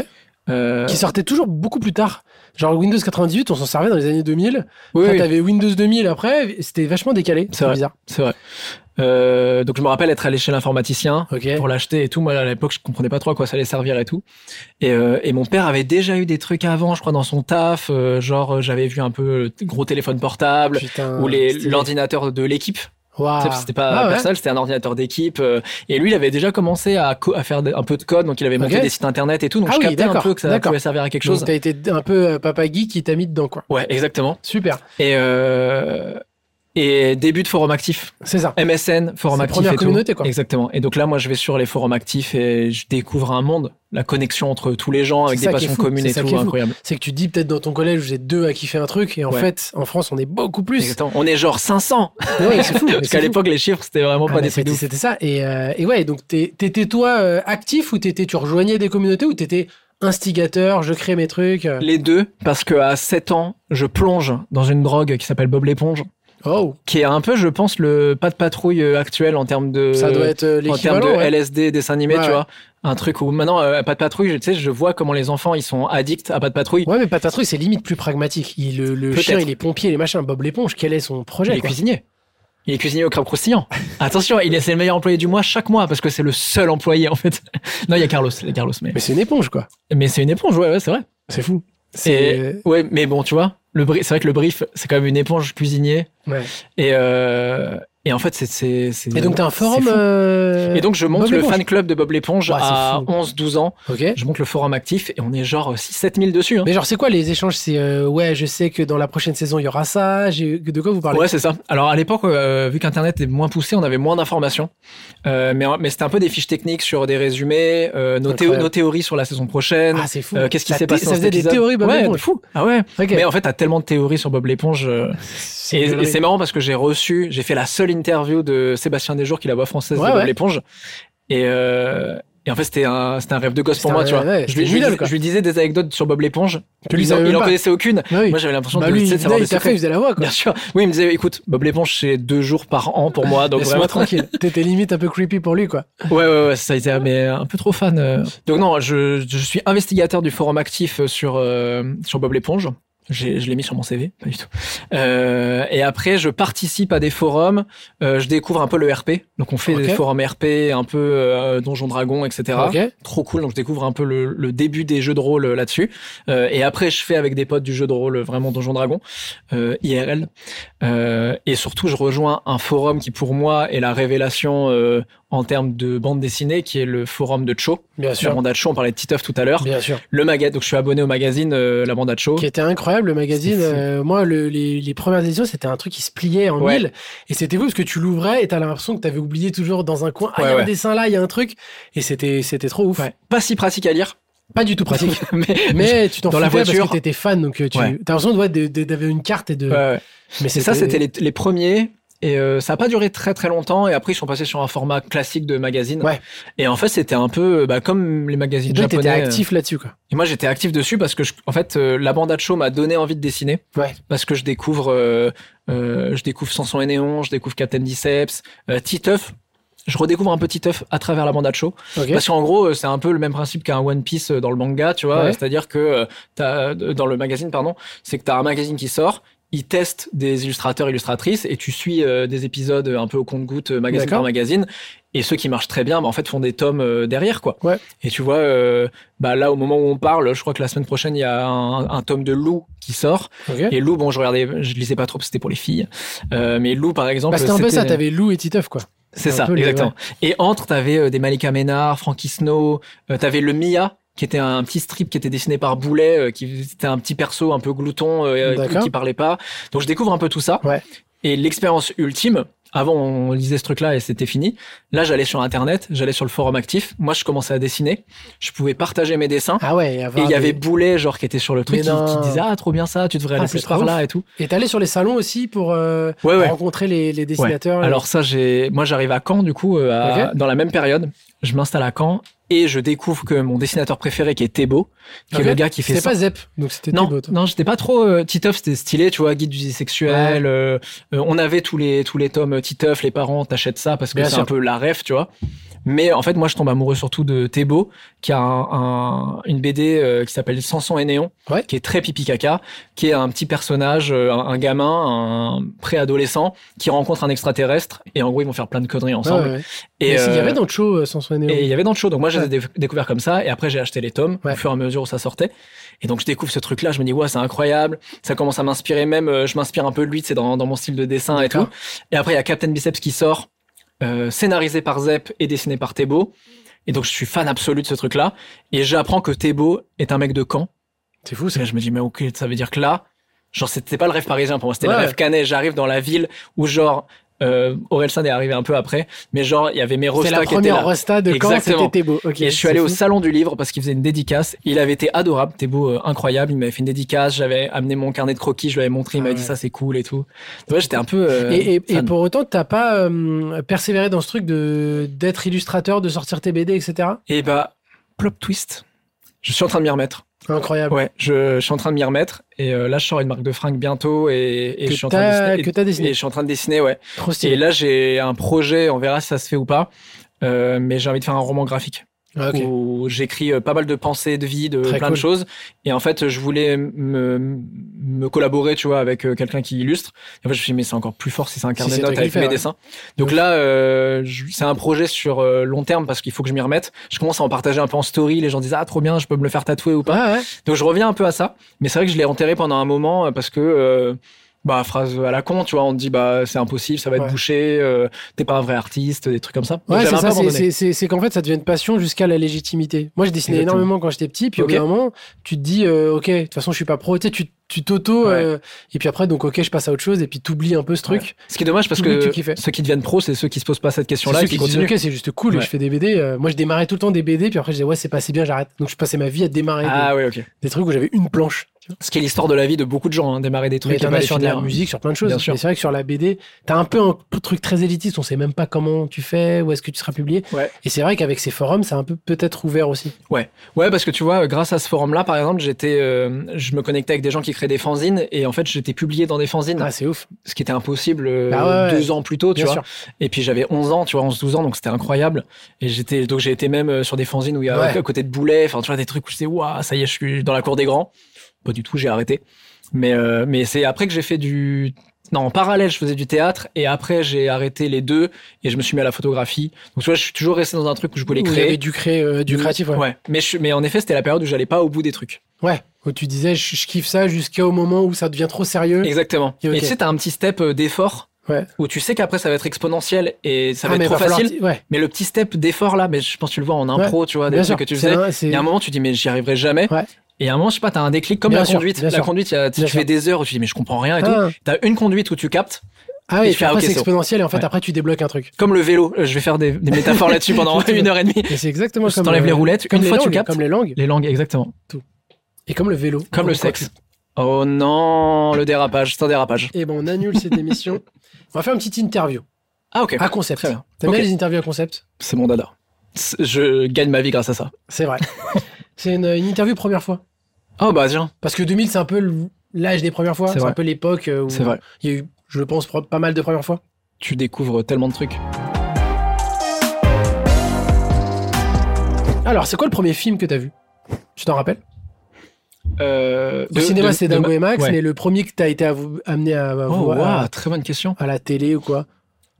Euh, Qui sortait toujours beaucoup plus tard. Genre Windows 98, on s'en servait dans les années 2000. oui, Après, oui, t'avais Windows 2000 après, c'était vachement décalé. C'est C'est vrai. bizarre. c'est vrai. Euh, donc, je me rappelle être allé chez l'informaticien Ok. pour l'acheter et tout. Moi, à l'époque, je comprenais pas trop à quoi ça allait servir et tout. Et, euh, et mon père avait déjà eu des trucs avant, je crois, dans son taf. euh, genre, euh, j'avais vu un peu le gros téléphone portable. Putain. Ou les- Ah, stylé. l'ordinateur de l'équipe. Waouh. Tu sais, parce que C'était pas Ah ouais. personnel, c'était un ordinateur d'équipe. euh, et lui, il avait déjà commencé à, co- à faire de- un peu de code, donc il avait monté Ok. des sites internet et tout. Donc Ah je oui, captais un d'accord, peu que ça d'accord. pouvait servir à quelque Donc, chose. t'as été un peu euh, papa geek qui t'a mis dedans, quoi. Ouais, exactement. Super. Et, euh, et début de forum actif, C'est ça. MSN, forum C'est actif. première et tout. communauté, quoi. Exactement. Et donc là, moi, je vais sur les forums actifs et je découvre un monde, la connexion entre tous les gens avec C'est des ça qui est passions fou, communes c'est et ça tout, qui est fou. incroyable. C'est que tu te dis peut-être dans ton collège, vous êtes deux à kiffer un truc, et en Ouais. fait, en France, on est beaucoup plus. Exactement. On est genre 500. Ouais, c'est fou. mais Parce c'est qu'à fou. l'époque, les chiffres, c'était vraiment Ah, pas mais des trucs de c'était, ouf. c'était ça. Et, euh, et ouais, donc t'es- t'étais toi euh, actif ou t'étais, tu rejoignais des communautés ou t'étais instigateur, je crée mes trucs. euh. Les deux, parce que à 7 ans, je plonge dans une drogue qui s'appelle Bob l'éponge. Oh, qui est un peu, je pense, le pas de patrouille euh, actuel en termes de ça doit être euh, en termes l'équivalent. de ouais. LSD dessin animé, Ouais, tu ouais. vois, un truc où maintenant euh, pas de patrouille, je- tu sais, je vois comment les enfants ils sont addicts à pas de patrouille. Ouais, mais pas de patrouille, c'est limite plus pragmatique. Il, le le Peut-être. chien, il est pompier, les machins. Bob l'éponge, quel est son Il projet est quoi cuisinier. Il est cuisinier au crabe croustillant. Attention, il est, c'est le meilleur employé du mois chaque mois parce que c'est le seul employé en fait. non, il y a Carlos, il y a Carlos, mais, Mais c'est une éponge, quoi. mais c'est une éponge, ouais, ouais, c'est vrai. C'est fou. Et, C'est. euh, ouais, mais bon, tu vois, le bri- c'est vrai que le brief, c'est quand même une éponge cuisinier. Ouais. Et, euh, et en fait, c'est- c'est. c'est- Et donc, t'as un forum. c'est fou. euh, Et donc, je monte Bob le l'éponge. fan club de Bob l'éponge Ouais, c'est à fou. 11-12 ans. Ok. Je monte le forum actif et on est genre 6-7 000 dessus. hein. Mais genre, c'est quoi les échanges C'est euh, ouais, je sais que dans la prochaine saison, il y aura ça. j'ai- De quoi vous parlez Ouais, c'est ça. Alors à l'époque, euh, vu qu'Internet est moins poussé, on avait moins d'informations. Euh, mais mais c'était un peu des fiches techniques sur des résumés, euh, nos, théo- Incroyable. nos théories sur la saison prochaine. Ah, c'est fou. Euh, qu'est-ce qui La s'est thé- passé Ça dans faisait cet des épisode théories, bah, Ouais, bon, de fou. Ah ouais. Ok. Ah, Mais en fait, t'as tellement de théories sur Bob l'éponge. euh, C'est et une et connerie. c'est marrant parce que j'ai reçu, j'ai fait la seule interview de Sébastien Desjours, qui est la voix française Ouais, de Bob ouais. l'éponge. Et, euh, et en fait, c'était un, c'était un rêve de gosse pour C'était un- moi, tu vois. ouais, je, c'était lui, je lui- génial, quoi. je lui disais des anecdotes sur Bob l'éponge. Que lui, il, en- savait il même en pas. connaissait aucune. Bah oui. Moi, j'avais l'impression Bah de, lui, tu sais, il de savoir venait, des il t'a fait, secrets. il faisait la voix, quoi. Bien sûr. Oui, il me disait, écoute, Bob l'éponge, c'est deux jours par an pour moi, donc Laisse-moi vraiment. tranquille. T'étais limite un peu creepy pour lui, quoi. Ouais, ouais, ouais, ça a Ah. été, mais un peu trop fan. euh. Donc non, je, je suis investigateur du forum actif sur, euh, sur Bob l'éponge. J'ai- Je l'ai mis sur mon CV, pas du tout. Euh, et après, je participe à des forums. euh, je découvre un peu le RP. Donc, on fait Ok. des forums RP, un peu euh, Donjon Dragon, etc. Ok. Trop cool. Donc, je découvre un peu le, le début des jeux de rôle euh, là-dessus. Euh, et après, je fais avec des potes du jeu de rôle, euh, vraiment Donjon Dragon, euh, IRL. Euh, et surtout, je rejoins un forum qui, pour moi, est la révélation euh, en termes de bande dessinée, qui est le forum de Cho. Bien Sur la sûr. bande à Cho, on parlait de Titeuf tout à l'heure. Bien sûr. Le magazine, donc je suis abonné au magazine euh, La Bande à Cho. Qui était incroyable, le magazine. C'était fou. Euh, moi, le- les, les premières éditions, c'était un truc qui se pliait en Ouais. mille. Et c'était fou parce que tu l'ouvrais et t'as l'impression que t'avais oublié toujours dans un coin. Ah, il y a Ouais, un ouais. dessin là, il y a un truc. Et c'était c'était trop ouf. Ouais. Pas si pratique à lire, Pas du tout pratique. mais, Mais tu t'en Dans foutais la parce voiture. que t'étais fan, donc euh, tu Ouais. t'as l'impression de- ouais, de- de- d'avoir une carte et de. Ouais, ouais. Mais c'est ça, c'était les, les premiers. Et euh, ça n'a pas duré très très longtemps. Et après, ils sont passés sur un format classique de magazine. Ouais. Et en fait, c'était un peu euh, bah, comme les magazines Et toi, t'étais japonais. euh, actif là-dessus, quoi. Et moi, j'étais actif dessus parce que, je- en fait, euh, la bande à show m'a donné envie de dessiner. Ouais. Parce que je découvre, euh, euh, je découvre Samson et Néon, je découvre Captain Biceps, euh, Titeuf. Je redécouvre un peu Titeuf à travers la bande à show. Ok. Parce qu'en gros, euh, c'est un peu le même principe qu'un One Piece euh, dans le manga, tu vois. Ouais. C'est-à-dire que euh, t'as- euh, dans le magazine, pardon, c'est que t'as un magazine qui sort, il teste des illustrateurs, illustratrices, et tu suis euh, des épisodes euh, un peu au compte-goutte, euh, magazine D'accord. par magazine. Et ceux qui marchent très bien, bah, en fait, font des tomes euh, derrière, quoi. Ouais. Et tu vois, euh, bah, là, au moment où on parle, je crois que la semaine prochaine, il y a un, un tome de Lou qui sort. Ok. Bah, Et Lou, bon, je regardais, je lisais pas trop, parce que c'était pour les filles. Euh, mais Lou, par exemple, Bah, c'était un peu ça, c'était- t'avais Lou et Titeuf, quoi. c'est Un ça, peu les- exactement. Et entre, t'avais euh, des Malika Ménard, Frankie Snow, euh, t'avais le Mia, qui était un petit strip qui était dessiné par Boulet, euh, qui était un petit perso un peu glouton, euh, qui, D'accord. qui parlait pas. Donc je découvre un peu tout ça. Ouais. Et l'expérience ultime, avant on lisait ce truc-là et c'était fini. Là, j'allais sur Internet, j'allais sur le forum actif. Moi, je commençais à dessiner. Je pouvais partager mes dessins. Ah ouais, et Et avoir il y des- avait Boulet, genre, qui était sur le truc, Mais qui, non. qui disait, ah, trop bien ça, tu devrais Ah, aller c'est plus trop par là et tout. Et t'allais sur les salons aussi pour, euh, Ouais, pour Ah ouais. rencontrer les, les dessinateurs. euh, les- Alors ça, j'ai, moi, j'arrive à Caen du coup, euh, à- dans la même période. Je m'installe à Caen et je découvre que mon dessinateur préféré, qui est Thébo, qui Ok. est le gars qui fait c'était ça. pas Zep, donc c'était Non, Thibaut, toi. non, j'étais pas trop euh, Titeuf, c'était stylé, tu vois, guide du sexuel. euh, euh, on avait tous les tous les tomes euh, Titeuf, les parents t'achètent ça parce que Bien c'est sûr. un peu la ref, tu vois. Mais en fait, moi, je tombe amoureux surtout de Thébo, qui a un- un- une BD euh, qui s'appelle Samson et Néon, Ouais. qui est très pipi caca, qui est un petit personnage, euh, un, un gamin, un préadolescent, qui rencontre un extraterrestre, et en gros, ils vont faire plein de conneries Ah ouais, ensemble. ouais. Et Mais s'il y euh, avait dans le show euh, sans soigner. et il y avait dans le show. Donc moi, j'ai Ouais. découvert comme ça. Et après, j'ai acheté les tomes Ouais. au fur et à mesure où ça sortait. Et donc, je découvre ce truc-là. Je me dis, ouais, c'est incroyable. Ça commence à m'inspirer même. euh, Je m'inspire un peu de lui. C'est dans, dans mon style de dessin et D'accord. tout. Et après, il y a Captain Biceps qui sort, euh, scénarisé par Zep et dessiné par Thébo. Et donc, je suis fan absolu de ce truc-là. Et j'apprends que Thébo est un mec de Caen. C'est fou, Parce que ça. là, je me dis, mais ok, ça veut dire que là, genre, c'était pas le rêve parisien pour moi, c'était Ouais. le rêve canet. J'arrive dans la ville où, genre, euh, Orelsan est arrivé un peu après, mais genre, il y avait mes C'est la rostas qui étaient première là. Rosta de quand Exactement. c'était Thébault. Ok, Et je suis c'est allé au fou. salon du livre parce qu'il faisait une dédicace. Il avait été adorable, Thébo, euh, incroyable. Il m'avait fait une dédicace. J'avais amené mon carnet de croquis, je lui avais montré. Il Ah m'avait ouais. dit ça, c'est cool et tout. Donc, ouais, j'étais un peu. euh, Et, et- et fan. pour autant, t'as pas euh, persévéré dans ce truc de d'être illustrateur, de sortir tes BD, etc. Et bah, plop twist. Je suis en train de m'y remettre. Incroyable. Ouais, je, je suis en train de m'y remettre. Et euh, là, je sors une marque de fringues bientôt. Et, et Que je suis en train de t'as- dessiner. que t'as Et dessiné. je suis en train de dessiner, ouais. Trop Et stylé. là, j'ai un projet, on verra si ça se fait ou pas. Euh, mais j'ai envie de faire un roman graphique. Ah, ok. où j'écris euh, pas mal de pensées, de vie, de Très plein cool. de choses. Et en fait, je voulais me, me collaborer, tu vois, avec euh, quelqu'un qui illustre. Et en fait, je me suis dit, mais c'est encore plus fort si c'est un carnet c'est de toi notes qui avec le fais, mes ouais. dessins. Donc là, euh, je- c'est un projet sur euh, long terme parce qu'il faut que je m'y remette. Je commence à en partager un peu en story. Les gens disent, ah, trop bien, je peux me le faire tatouer ou pas. Ouais, ouais. Donc je reviens un peu à ça, mais c'est vrai que je l'ai enterré pendant un moment euh, parce que euh, bah phrase à la con, tu vois, on te dit bah c'est impossible, ça va être Ouais. bouché, euh, t'es pas un vrai artiste, des trucs comme ça. Donc, Ouais, j'avais c'est un peu ça, c'est- abandonné. c'est c'est- c'est qu'en fait ça devient une passion jusqu'à la légitimité. Moi je dessinais Exactement. énormément quand j'étais petit, puis Ok. au bout d'un moment tu te dis euh, ok, de toute façon je suis pas pro, tu sais, tu tu t'auto, Ouais. euh, et puis après donc ok je passe à autre chose, et puis t'oublies un peu ce truc. Ce qui est dommage parce T'oublies que que tu kiffais. ceux qui deviennent pros, c'est ceux qui se posent pas cette C'est question-là ceux et qui qui disent, continuent. ok c'est juste cool, Ouais. je fais des BD. euh, moi je démarrais tout le temps des BD, puis après je disais ouais c'est pas assez bien, j'arrête. Donc je passais ma vie à démarrer Ah oui, ok. des, des trucs où j'avais une planche. Ce qui est l'histoire de la vie de beaucoup de gens, hein, démarrer des trucs Mais et t'en pas as les sur de la finir. hein. musique, sur plein de choses. Bien Mais sûr. c'est vrai que sur la BD, t'as un peu un truc très élitiste, on sait même pas comment tu fais, où est-ce que tu seras publié. Ouais. Et c'est vrai qu'avec ces forums, c'est un peu peut-être ouvert aussi. Ouais, parce que tu vois, grâce à ce forum-là, par exemple, j'étais, euh, je me connectais avec des gens qui créaient des fanzines et en fait, j'étais publié dans des fanzines, Ah, c'est ouf. ce qui était impossible euh, Bah ouais, ouais. deux ans plus tôt, tu Bien sûr. vois. Et puis j'avais 11 ans, tu vois, 11-12 ans, donc c'était incroyable. Et j'étais, donc j'ai été même euh, sur des fanzines où il y a Ouais. à côté de Boulet, enfin tu vois, des trucs où je disais, waouh, ça y est, je suis dans la cour des grands. Pas du tout, j'ai arrêté. Mais, euh, mais c'est après que j'ai fait du. Non, en parallèle, je faisais du théâtre et après j'ai arrêté les deux et je me suis mis à la photographie. Donc tu vois, je suis toujours resté dans un truc où je voulais Où il y avait créer. Mmh. du, cré- euh, du créatif, ouais. Ouais. Mais, je- mais en effet, c'était la période où j'allais pas au bout des trucs. Ouais. Où tu disais, je, je kiffe ça jusqu'au moment où ça devient trop sérieux. Exactement. Et Mmh. ok. Et tu sais, t'as un petit step euh, d'effort Ouais. où tu sais qu'après ça va être exponentiel et ça Ah, va mais être trop va falloir- facile. Ouais, Mais le petit step d'effort là, mais je pense que tu le vois en impro, tu vois, des bien trucs sûr. que tu C'est faisais. un- c'est- Il y a un moment, tu dis, mais j'y arriverai jamais. Ouais. Et à un moment, je sais pas, t'as un déclic comme Bien la sûr, conduite. bien La sûr. conduite, il y a- tu Bien fais sûr. des heures où tu dis, mais je comprends rien et tout. Ah, T'as une conduite où tu captes, ah oui, Et et tu puis fais, après, ok, c'est c'est- exponentiel et en fait, ouais. après, tu débloques un truc. comme le vélo. Euh, Je vais faire des, des métaphores là-dessus pendant une heure et demie. Et c'est exactement Je comme. t'enlève euh, les roulettes. comme une les fois, tu langues, captes. Comme les langues Les langues, exactement. et comme le vélo. Comme le Quand sexe. tu- Oh non, le dérapage, c'est un dérapage. Eh ben, on annule cette émission. On va faire une petite interview Ah, ok. à concept. Très bien. T'aimes Ok. bien les interviews à concept C'est mon dada. C'est- Je gagne ma vie grâce à ça. C'est vrai. c'est une, une interview première fois. Oh, bah, tiens, Parce que 2000, c'est un peu l- l'âge des premières fois. C'est C'est vrai. un peu l'époque euh, où c'est vrai. il y a eu, je pense, pro- pas mal de premières fois. Tu découvres tellement de trucs. Alors, c'est quoi le premier film que t'as vu Tu t'en rappelles Euh, Au de- cinéma, de- c'est de- Dingo et Max, ouais. mais le premier que t'as été à vous- amené à, à Oh, voir waouh, à, très bonne question. à la télé ou quoi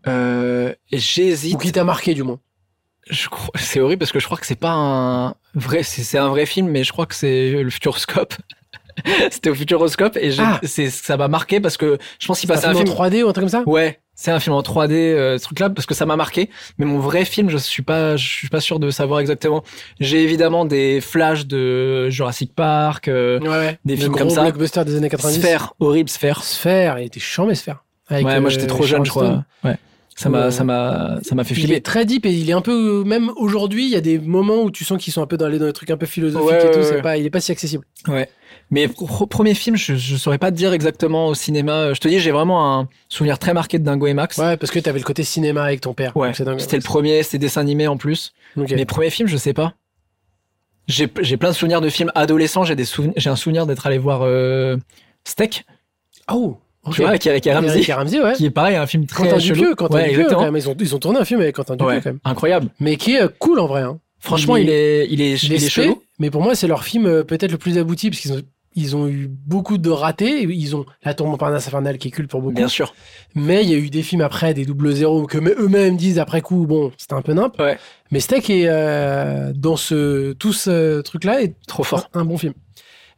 Euh, J'hésite. Ou qui t'a marqué, du moins. Je crois- C'est horrible parce que je crois que c'est pas un vrai, c'est c'est un vrai film, mais je crois que c'est le Futuroscope. C'était au Futuroscope et j'ai- Ah. c'est ça m'a marqué parce que je pense qu'il C'est passait un Bah, un film, film. en 3D ou un truc comme ça Ouais, c'est un film en 3D, euh, ce truc-là, parce que ça m'a marqué. Mais mon vrai film, je suis pas, je suis pas sûr de savoir exactement. J'ai évidemment des flashs de Jurassic Park, euh, Ouais, ouais. Des Le films gros comme ça. blockbuster des années 90. Sphère, horrible Sphère. Sphère, il était chiant, mais Sphère. Avec, ouais, moi j'étais euh, trop jeune, je Charleston. crois. Ouais. Ça m'a, Euh, ça m'a, ça m'a fait Il flipper. est très deep et il est un peu même aujourd'hui il y a des moments où tu sens qu'ils sont un peu dans les, dans les trucs un peu philosophiques Ouais, et tout ouais, c'est ouais. pas il est pas si accessible Ouais. Mais pro- pro- premier film, je, je saurais pas te dire exactement au cinéma. Euh, Je te dis, j'ai vraiment un souvenir très marqué de Dingo et Max. ouais parce que t'avais le côté cinéma avec ton père Ouais. donc c'est dingue. C'était le premier, c'était dessin animé en plus. Ok. Mes premiers films, je sais pas. J'ai j'ai plein de souvenirs de films adolescents. J'ai des souvenirs- j'ai un souvenir d'être allé voir euh, Steak, oh ok. tu vois, avec Eric et Ramsey, Eric et Ramsey, ouais qui est pareil, un film très Quentin chelou. Dupieux Quentin Ouais, Dupieux quand exactement. même ils ont ils ont tourné un film avec Quentin Dupieux Ouais, quand même incroyable. mais qui est euh, cool en vrai hein. Franchement, Il il est, il est, il est, Les chelou. mais pour moi c'est leur film euh, peut-être le plus abouti parce qu'ils ont ils ont eu beaucoup de ratés. Ils ont La Tour Montparnasse Infernale qui est culte pour beaucoup. Bien sûr. Mais il y a eu des films après, des double zéros, que me- eux-mêmes disent après coup, bon, c'était un peu nimp. Ouais. Mais Steak est euh, dans ce, tout ce truc-là est Trop fort. un bon film.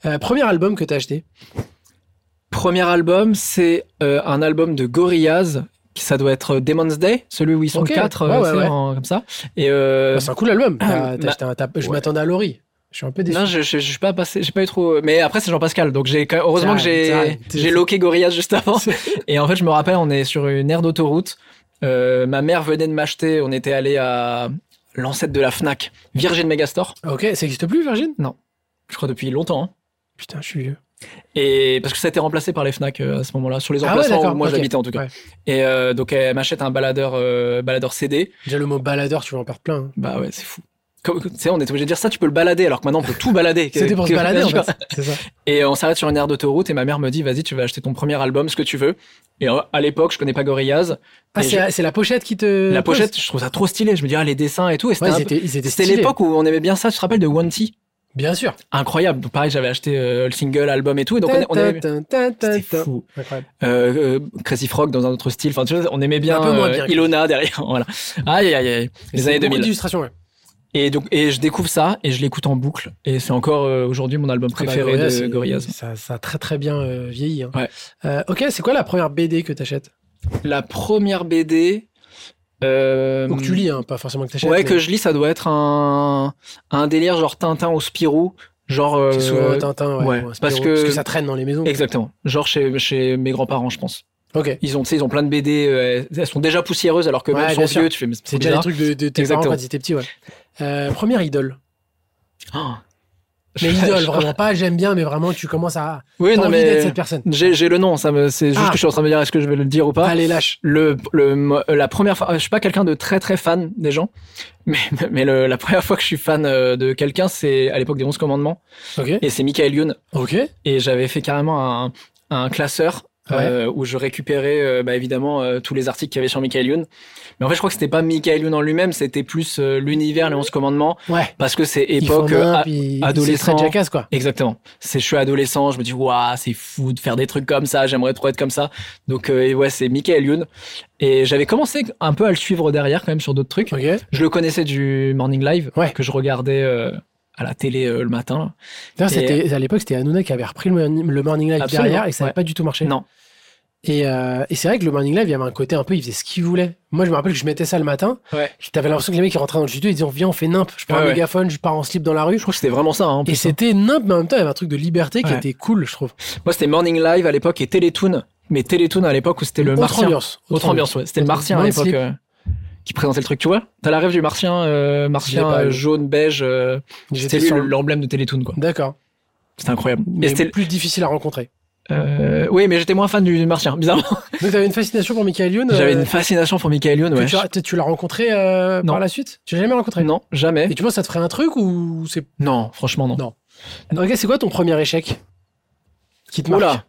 Euh, premier album que t'as acheté Euh, Premier album, c'est euh, un album de Gorillaz. qui- Ça doit être Demon's Day, celui où ils sont Ok. quatre, Ouais, euh, ouais, tu sais, ouais. en- comme ça. Et euh, Bah, C'est un cool album. T'as- t'as bah, acheté un- t'as- je ouais. m'attendais à Laurie. Je suis un peu déçu. non, je, je, je suis pas passé, j'ai pas eu trop. Mais après, c'est Jean-Pascal, donc j'ai quand- heureusement que Ça arrive, j'ai ça arrive. j'ai loqué Gorillaz juste avant. Et en fait, je me rappelle, on est sur une aire d'autoroute. Euh, ma mère venait de m'acheter. On était allé à l'ancêtre de la Fnac, Virgin Megastore. ok, ça existe plus, Virgin Je crois depuis longtemps. hein. Putain, je suis vieux. Et parce que ça a été remplacé par les Fnac euh, à ce moment-là, sur les Ah ouais, emplacements d'accord, où moi ok. j'habitais en tout cas. Ouais. Et euh, donc elle m'achète un baladeur, euh, baladeur CD. Déjà, le mot baladeur, tu vas en perdre plein. hein. Bah ouais, c'est fou. comme- tu sais, on était obligé de dire ça, tu peux le balader, alors que maintenant on peut tout balader. C'était pour se Que- balader, en tu vois. fait. C'est ça. Et on s'arrête sur une aire d'autoroute et ma mère me dit, vas-y, tu vas acheter ton premier album, ce que tu veux. Et euh, à l'époque, je connais pas Gorillaz. Ah, Et c'est la- c'est la pochette qui te. La pochette, je trouve ça trop stylé. Je me dis, ah, les dessins et tout. Et c'était Euh, Ouais, un ils peu- étaient, ils étaient c'était stylés. l'époque où on aimait bien ça. Tu te rappelles de One T Bien sûr. Incroyable. Donc, pareil, j'avais acheté euh, le single, album et tout. Et donc, on, on aimait bien. Tin, tin, tin, C'était tin. fou. Incroyable. Euh, euh, Crazy Frog dans un autre style. Enfin, tu vois, on aimait bien, Un peu moins bien, euh, Ilona derrière. voilà. Aïe, aïe, aïe. Les C'est années beaucoup 2000. d'illustrations, ouais. Et donc, et je découvre ça et je l'écoute en boucle. Et c'est encore euh, aujourd'hui mon album Ah bah, préféré Gorillaz, de c'est- Gorillaz. Ça, ça a très très bien euh, vieilli. hein. Ouais. Euh, ok, c'est quoi la première BD que t'achètes La première BD. Euh, Ou que tu lis, hein, pas forcément que t'achètes. Ouais, mais que je lis, ça doit être un, un délire genre Tintin ou Spirou. Genre. c'est souvent euh, un Tintin, ouais, ouais, ou un Spirou, parce que- ça traîne dans les maisons. Exactement. Genre chez, chez mes grands-parents, je pense. Ok. Ils ont, tu sais, ils ont plein de BD, euh, elles sont déjà poussiéreuses alors que Ouais, même bien sont sûr. vieux, tu fais mais C'est trop déjà des bizarre. trucs de, de tes parents Exactement. quand ils étaient petits, ouais. Euh, première idole. Ah. Mais Je- idole, je- vraiment pas j'aime bien, mais vraiment tu commences à. Oui, T'as non envie d'être mais cette personne. j'ai j'ai le nom, ça me c'est juste Ah. que je suis en train de me dire est-ce que je vais le dire ou pas. Allez, lâche. Le, le mo- la première fois, je suis pas quelqu'un de très très fan des gens, mais mais le- la première fois que je suis fan euh, de quelqu'un, c'est à l'époque des 11 commandements Ok. et c'est Michael Youn Ok. et j'avais fait carrément un, un classeur Ouais. euh, où je récupérais euh, bah, évidemment euh, tous les articles qu'il y avait sur Michael Youn. Mais en fait, je crois que c'était pas Michael Youn en lui-même, c'était plus euh, l'univers, les 11 commandements, Ouais. parce que c'est Il faut époque. en un, euh, a- puis adolescent. Il se jacasse, quoi. Exactement. C'est je suis adolescent, je me dis waouh, c'est fou de faire des trucs comme ça, j'aimerais trop être comme ça. Donc euh, et ouais, c'est Michael Youn et j'avais commencé un peu à le suivre derrière quand même sur d'autres trucs. Ok. Je le connaissais du Morning Live Ouais. que je regardais euh, à la télé euh, le matin. là. D'ailleurs, c'était- à l'époque, c'était Hanouna qui avait repris le, morning- le Morning Live euh, Absolument, derrière et que ça n'avait ouais. pas du tout marché. Non. Et, euh, et c'est vrai que le Morning Live, il y avait un côté un peu, il faisait ce qu'il voulait. Moi, je me rappelle que je mettais ça le matin. Ouais. T'avais l'impression que les mecs, ils rentraient dans le studio, ils disaient, viens, on fait nimp. Je prends Ouais, un ouais. mégaphone, je pars en slip dans la rue. Je crois que c'était vraiment ça. hein, en Et plus, hein. c'était nimp, mais en même temps, il y avait un truc de liberté qui Ouais. était cool, je trouve. Moi, c'était Morning Live à l'époque et Télétoon. Mais Télétoon à l'époque où c'était le Autre Martien. ambiance. Autre ambiance, ouais. C'était le Autre- Martien à Mind l'époque Sleep. euh, qui présentait le truc. Tu vois T'as la rêve du Martien, euh, Martien pas, euh, lui. jaune beige. euh, J'étais c'était lui sur le- l'emblème de Télétoon, quoi. D'accord. C'était incroyable. Et Mais c'était le- plus difficile à rencontrer. euh, oui, mais j'étais moins fan du, du Martien. Bizarrement, Donc, t'avais une fascination pour Michael Youn. j'avais euh, une fascination pour Michael Youn. que Ouais. tu as- Tu, l'as rencontré euh, Non. par la suite Tu l'as jamais rencontré Non, jamais. Et tu penses que ça te ferait un truc ou c'est Non, franchement, non. Non. Ok, c'est quoi ton premier échec qui te marque Oula.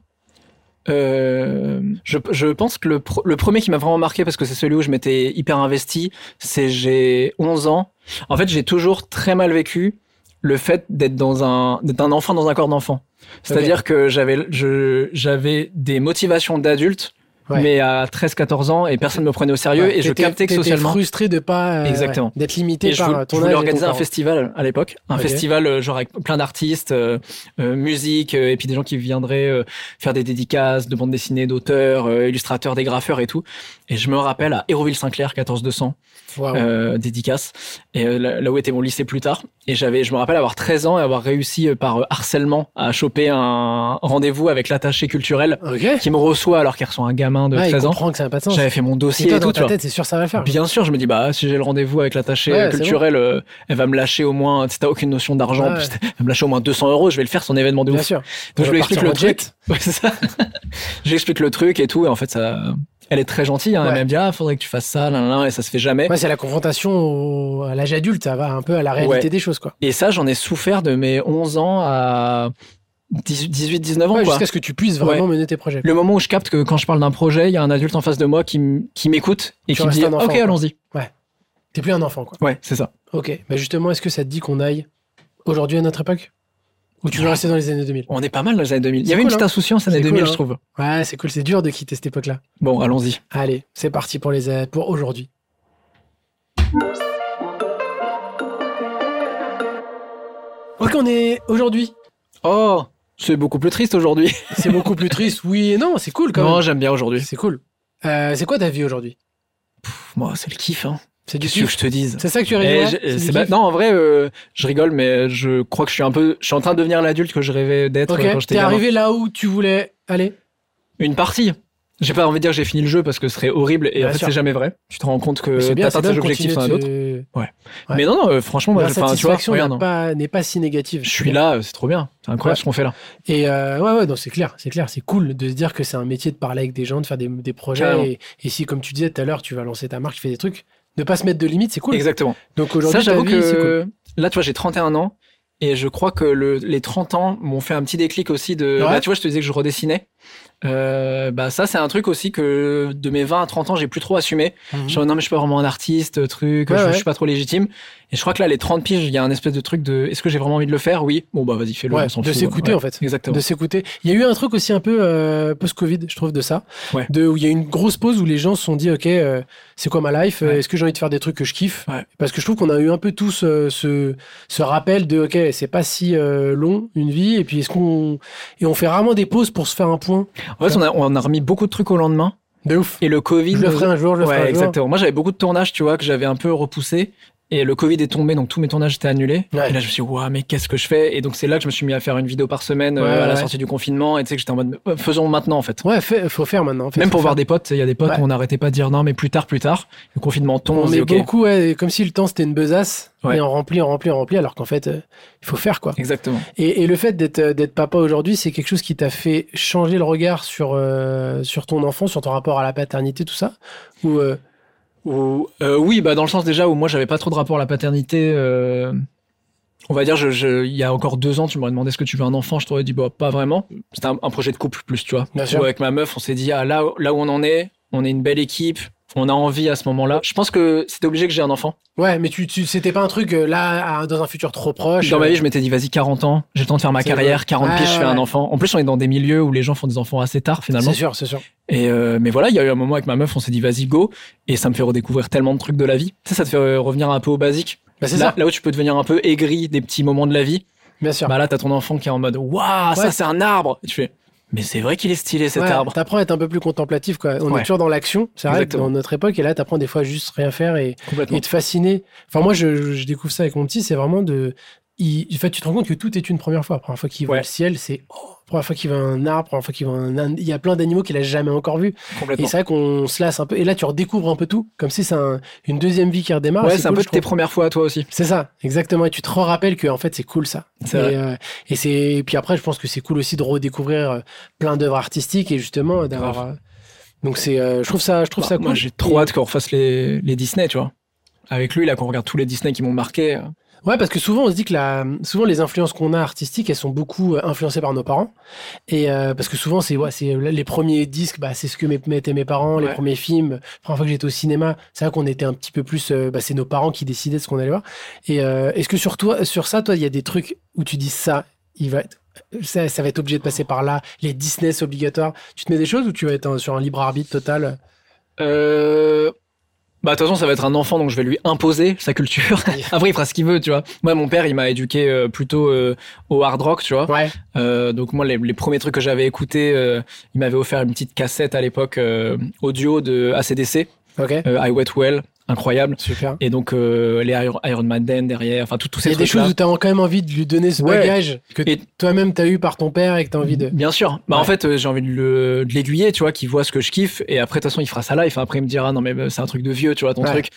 Euh, je, je pense que le, pr- le premier qui m'a vraiment marqué, parce que c'est celui où je m'étais hyper investi, c'est j'ai 11 ans. En fait, j'ai toujours très mal vécu le fait d'être dans un d'être un enfant dans un corps d'enfant. C'est-à-dire que j'avais je j'avais des motivations d'adulte, Ouais. mais à 13-14 ans et personne me prenait au sérieux Ouais, Ah, et je t'étais- captais que t'étais socialement. frustré de pas euh, Exactement. ouais, d'être limité Et je, par voulais- ton âge. euh, je voulais et ton organiser un parent. festival à l'époque, un Ok. festival euh, genre avec plein d'artistes, euh, euh, musique, euh, et puis des gens qui viendraient euh, faire des dédicaces de bandes dessinées, d'auteurs, euh, illustrateurs, des graffeurs et tout. Et je me rappelle à Hérouville-Saint-Clair, 14200, Waouh. euh, dédicace, et euh, là, là où était mon lycée plus tard. Et j'avais, je me rappelle avoir 13 ans et avoir réussi euh, par euh, harcèlement à choper un rendez-vous avec l'attaché culturel ok. qui me reçoit alors qu'il reçoit un gamin de Ouais, Ah, il 13 euh, ans. comprend que ça n'a pas de sens. J'avais fait mon Et dossier hein. toi, et tout, dans tu ta vois. tête, c'est sûr, ça va le faire. Bien sûr, je me dis bah si j'ai le rendez-vous avec l'attaché Ouais, euh, c'est culturel, euh, elle va me lâcher au moins. Si t'as aucune notion d'argent, Ouais. putain, elle va me lâcher au moins 200 euros. Je vais le faire son événement de Bien ouf. sûr. Donc On je va lui explique partir le en truc. jet. Ouais, c'est ça. je lui explique le truc et tout. Et en fait, ça, elle est très gentille. hein. Ouais. Elle m'a dit ah faudrait que tu fasses ça, là, là, là, et ça se fait jamais. Ouais, c'est la confrontation au- à l'âge adulte, ça va un peu à la réalité Ouais. des choses, quoi. Et ça, j'en ai souffert de mes 11 ans à 18-19 ans. Ouais, quoi. Jusqu'à ce que tu puisses vraiment mener tes projets. Le moment où je capte que quand je parle d'un projet, il y a un adulte en face de moi qui m- qui m'écoute et Tu qui me restes dit un enfant, ok quoi. allons-y. T'es plus un enfant, quoi. Ouais, c'est ça. Ok. Bah justement, est-ce que ça te dit qu'on aille aujourd'hui à notre époque Ou tu veux rester dans les années 2000 On est pas mal dans les années 2000. Il y C'est avait une cool, petite insouciance années C'est cool, 2000, hein. je trouve. Ouais, c'est cool, c'est dur de quitter cette époque-là. Bon, allons-y. Allez, c'est parti pour les euh, pour aujourd'hui. Ok, on est aujourd'hui. Oh, c'est beaucoup plus triste aujourd'hui. C'est beaucoup plus triste, oui et non, c'est cool quand Non, même. j'aime bien aujourd'hui. C'est cool. Euh, c'est quoi ta vie aujourd'hui Moi, c'est le kiff. Hein. C'est du Qu'est-ce que kiff. je te dise C'est ça que tu Eh, rêves je- c'est pas- Non, en vrai, euh, je rigole, mais je crois que je suis un peu. Je suis en train de devenir l'adulte que je rêvais d'être Ok, euh, quand j'étais t'es gamin. arrivé là où tu voulais aller. Une partie. J'ai pas envie de dire que j'ai fini le jeu parce que ce serait horrible et Bien en fait sûr. c'est jamais vrai. Tu te rends compte Mais que c'est bien, t'atteins c'est bien de Euh, tes objectifs hein, continuer un à de d'autres. te- ouais. Mais non, non, euh, franchement, moi, La je- enfin, tu vois, satisfaction regarde, n'est hein. pas, n'est pas si négative. je suis là, euh, c'est trop bien. C'est incroyable Ouais. ce qu'on fait là. Et euh, ouais, ouais, non, c'est clair, c'est clair, c'est cool de se dire que c'est un métier de parler avec des gens, de faire des, des Carrément. projets. Et, et si, comme tu disais tout à l'heure, tu vas lancer ta marque, tu fais des trucs, Ne pas se mettre de limites, c'est cool. Exactement. Donc Ça, aujourd'hui, ta j'avoue vie, c'est cool. que là, tu vois, j'ai 31 ans et je crois que le- les 30 ans m'ont fait un petit déclic aussi de. Ouais. Bah, tu vois, je te disais que je redessinais. Euh, bah ça c'est un truc aussi que de mes 20 à 30 ans j'ai plus trop assumé Mhm. genre non mais je suis pas vraiment un artiste truc Ouais, je, je ouais. suis pas trop légitime et je crois que là les 30 piges il y a un espèce de truc de est-ce que j'ai vraiment envie de le faire oui bon bah vas-y fais-le Ouais, on s'en de fout. s'écouter, Ouais. en fait. exactement de s'écouter. Il y a eu un truc aussi un peu euh, post-Covid, je trouve, de ça. Ouais. De, où il y a eu une grosse pause où les gens se sont dit, OK, euh, c'est quoi ma life Euh, Ouais. Est-ce que j'ai envie de faire des trucs que je kiffe Ouais. Parce que je trouve qu'on a eu un peu tous euh, ce, ce rappel de, OK, c'est pas si euh, long une vie. Et puis, est-ce qu'on. Et on fait rarement des pauses pour se faire un point. en fait on a, on a remis beaucoup de trucs au lendemain De ouf. et le Covid Je le ferai un jour, je le ouais, ferai un jour. exactement. Moi, j'avais beaucoup de tournages, tu vois, que j'avais un peu repoussé. Et le Covid est tombé, donc tous mes tournages étaient annulés. Ouais. Et là, je me suis dit, waouh, mais qu'est-ce que je fais Et donc, c'est là que je me suis mis à faire une vidéo par semaine euh, Ouais, à la ouais. sortie du confinement. Et tu sais, que j'étais en mode, euh, faisons maintenant, en fait. Ouais, fait- faut faire maintenant. en fait, Même faut pour faire. voir des potes, il y a des potes Ouais. où on n'arrêtait pas de dire, non, mais plus tard, plus tard. Le confinement tombe, on On se dit, met ok. beaucoup, ouais, comme si le temps c'était une besace, Ouais. et on remplit, on remplit, on remplit, alors qu'en fait, euh, il faut faire quoi. Exactement. Et, et le fait d'être euh, d'être papa aujourd'hui, c'est quelque chose qui t'a fait changer le regard sur euh, sur ton enfant, sur ton rapport à la paternité, tout ça. Ou euh, Ou, euh, oui, bah, dans le sens déjà où moi, j'avais pas trop de rapport à la paternité. euh, On va dire, je, je- il y a encore deux ans, tu m'aurais demandé est-ce que tu veux un enfant, je t'aurais dit bah, pas vraiment. C'était un, un projet de couple plus, tu vois. Bien Ou sûr. Avec ma meuf, on s'est dit ah, là, là où on en est, on est une belle équipe, on a envie à ce moment-là. Je pense que c'était obligé que j'ai un enfant. ouais, mais tu, tu c'était pas un truc euh, là à- dans un futur trop proche. Dans ma euh, vie, je m'étais dit vas-y, 40 ans, j'ai le temps de faire ma C'est carrière, vrai. 40 Ouais, piges, je ouais, fais un ouais. enfant. En plus, on est dans des milieux où les gens font des enfants assez tard finalement. c'est sûr, c'est sûr. Et euh, mais voilà, il y a eu un moment avec ma meuf, on s'est dit vas-y, go. Et ça me fait redécouvrir tellement de trucs de la vie. Ça, ça te fait euh, revenir un peu au basique. Bah, c'est là, ça. là où tu peux devenir un peu aigri des petits moments de la vie, Bien sûr. bah là t'as ton enfant qui est en mode waouh ça Ouais. c'est un arbre. Et tu fais mais c'est vrai qu'il est stylé cet Ouais, arbre. T'apprends à être un peu plus contemplatif, quoi. On Ouais. est toujours dans l'action, c'est vrai, Exactement. dans notre époque, et là, t'apprends des fois à juste rien faire et, Complètement. et te fasciner. Enfin, moi, je, je- je découvre ça avec mon petit, c'est vraiment de. il- en fait, tu te rends compte que tout est une première fois. La première fois qu'il voit Ouais. le ciel, c'est. Oh, première fois qu'il voit un arbre, première fois qu'il voit un. un- Il y a plein d'animaux qu'il a jamais encore vus. Complètement. Et c'est vrai qu'on se lasse un peu. Et là, tu redécouvres un peu tout, comme si c'est un- une deuxième vie qui redémarre. ouais, c'est Ah, un cool, peu je tes trouve. premières fois à toi aussi. C'est ça, exactement. Et tu te rappelles que en fait, c'est cool ça. C'est Et, vrai. euh, et c'est et puis après, je pense que c'est cool aussi de redécouvrir euh, plein d'œuvres artistiques et justement euh, d'avoir. euh, Donc c'est, euh, je trouve ça, je trouve Bah, ça cool. Moi, j'ai trop Et- hâte qu'on refasse les, les Disney, tu vois. Avec lui, là, qu'on regarde tous les Disney qui m'ont marqué. euh, Ouais, parce que souvent on se dit que la, souvent les influences qu'on a artistiques, elles sont beaucoup euh, influencées par nos parents. Et euh, parce que souvent c'est ouais, c'est euh, les premiers disques, bah, c'est ce que m'é- mettaient mes parents, les Ouais. premiers films. La première fois que j'étais au cinéma, c'est vrai qu'on était un petit peu plus, euh, bah, c'est nos parents qui décidaient de ce qu'on allait voir. Et euh, est-ce que sur toi, sur ça, toi, il y a des trucs où tu dis ça, il va, être- ça, ça va être obligé de passer par là, les Disney c'est obligatoire. Tu te mets des choses ou tu vas être euh, sur un libre arbitre total Euh... Bah, de toute façon, ça va être un enfant, donc je vais lui imposer sa culture. Après, il fera ce qu'il veut, tu vois. Moi, mon père, il m'a éduqué euh, plutôt euh, au hard rock, tu vois. Ouais. Euh, donc, moi, les, les premiers trucs que j'avais écoutés, euh, il m'avait offert une petite cassette à l'époque euh, audio de ACDC, Ok. euh, I Wet Well, incroyable. Super. Et Et donc, euh, les Iron, Iron Maiden derrière, enfin, tout- tous Il y ces a des trucs-là. choses où tu as quand même envie de lui donner ce Ouais. bagage que Et- toi-même t'as eu par ton père et que t'as envie de. Bien sûr. Bah, En Ouais. fait, euh, j'ai envie de le- de l'aiguiller, tu vois, qu'il voit ce que je kiffe. Et après, de toute façon, il fera sa life. Après, il me dira, non, mais bah, c'est un truc de vieux, tu vois, ton Ouais. truc.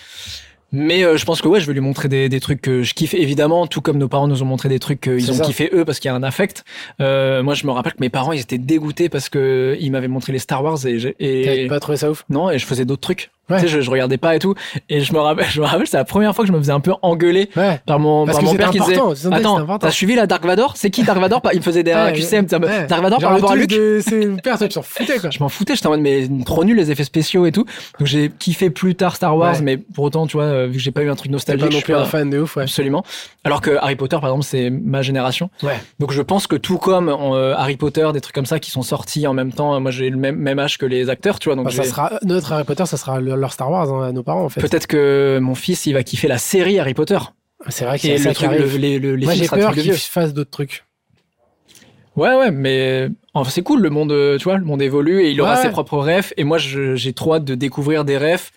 Mais euh, je pense que ouais, je vais lui montrer des, des trucs que je kiffe, évidemment, tout comme nos parents nous ont montré des trucs qu'ils C'est ont ça. kiffé eux parce qu'il y a un affect. Euh, moi, je me rappelle que mes parents, ils étaient dégoûtés parce que euh, ils m'avaient montré les Star Wars et, j'ai- T'avais et pas trouvé ça ouf non, et je faisais d'autres trucs. Ouais. Tu sais, je, je regardais pas et tout. Et je me rappelle, je me rappelle, c'est la première fois que je me faisais un peu engueuler Ouais. par mon, Parce par que mon c'est père qui disait. important. c'est important, c'est Attends, important. t'as suivi la Dark Vador C'est qui Dark Vador Il me faisait des Ouais, QCM. ça me- ouais. Dark Vador Genre par le rapport à twist Luke de ses pères, toi, tu t'en foutais quoi. je m'en foutais, j'étais en mode mais trop nul les effets spéciaux et tout. Donc j'ai kiffé plus tard Star Wars, Ouais. mais pour autant, tu vois, euh, vu que j'ai pas eu un truc T'es pas nostalgique, je non suis plus un pas fan de ouf, ouais. absolument. Alors que Harry Potter, par exemple, c'est ma génération. Ouais. Donc je pense que tout comme euh, Harry Potter, des trucs comme ça qui sont sortis en même temps, euh, moi j'ai le même, même âge que les acteurs, tu vois. Donc Enfin, Ah, ça j'ai- sera euh, notre Harry Potter, ça sera le- leur Star Wars hein, à nos parents en fait. peut-être que mon fils, il va kiffer la série Harry Potter. C'est vrai que c'est Et ça le qui truc, arrive. le- les, le- les Moi films j'ai sera des peur trucs de qu'ils vieux. fassent d'autres trucs. Ouais, ouais, mais euh, enfin, c'est cool, le monde, euh, tu vois, le monde évolue et il aura Ouais, ses ouais. propres refs. Et moi, je- j'ai trop hâte de découvrir des refs.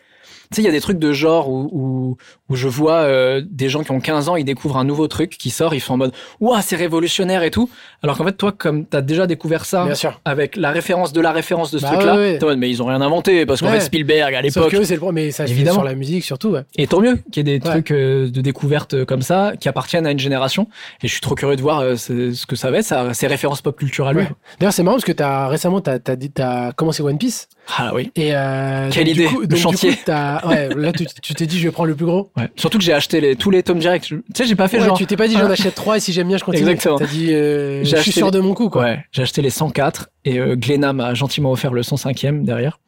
Tu sais, il y a des trucs de genre où, où, où je vois euh, des gens qui ont 15 ans, ils découvrent un nouveau truc qui sort, ils sont en mode Ouah, c'est révolutionnaire et tout. Alors qu'en fait, toi, comme t'as déjà découvert ça Bien sûr. avec la référence de la référence de ce Bah truc-là, ouais, ouais. t'es en mode, mais ils ont rien inventé parce qu'en Ouais. fait, Spielberg à Sauf l'époque. que eux, c'est le premier, mais ça se fait Évidemment. sur la musique surtout. ouais. Et tant mieux qu'il y ait des trucs euh, de découverte comme ça qui appartiennent à une génération. Et je suis trop curieux de voir euh, ce ce que ça va être, ça- ces références pop culturelles. Ouais. D'ailleurs, c'est marrant parce que t'as récemment t'as as, commencé One Piece Ah oui. et euh, Quelle donc, du idée, coup- le donc, du chantier. coup, t'as- Ah ouais, là tu tu t'es dit je vais prendre le plus gros. Ouais. Surtout que j'ai acheté les, tous les tomes directs. Je- Tu sais, j'ai pas fait Ouais, genre. tu t'es pas dit j'en achète 3 et si j'aime bien je continue. Exactement. T'as dit euh, J'ai je suis acheté sûr de mon coup quoi. Ouais, j'ai acheté les 104 et euh, Glénat m'a gentiment offert le 105e derrière.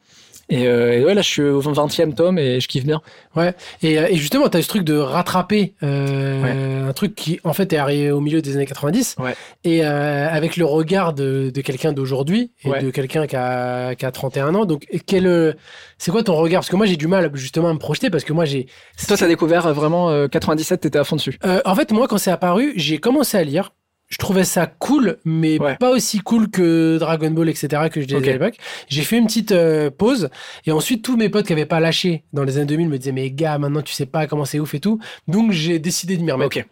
Et, euh, et ouais, là je suis au 20e tome et je kiffe bien. Et, euh, et justement, tu as ce truc de rattraper euh, un truc qui, en fait, est arrivé au milieu des années 90. Ouais. Et euh, avec le regard de, de quelqu'un d'aujourd'hui et Ouais. de quelqu'un qui a, qui a 31 ans. Donc, quel, euh, c'est quoi ton regard Parce que moi, j'ai du mal justement à me projeter parce que moi, j'ai. Toi, t'as découvert euh, vraiment euh, 97, t'étais à fond dessus. Euh, en fait, moi, quand c'est apparu, j'ai commencé à lire. Je trouvais ça cool, mais Ouais. pas aussi cool que Dragon Ball, etc., que je disais Ok. à l'époque. J'ai fait une petite euh, pause, et ensuite, tous mes potes qui n'avaient pas lâché dans les années 2000 me disaient, mais gars, maintenant, tu sais pas comment c'est ouf et tout. Donc, j'ai décidé de m'y remettre. Ok.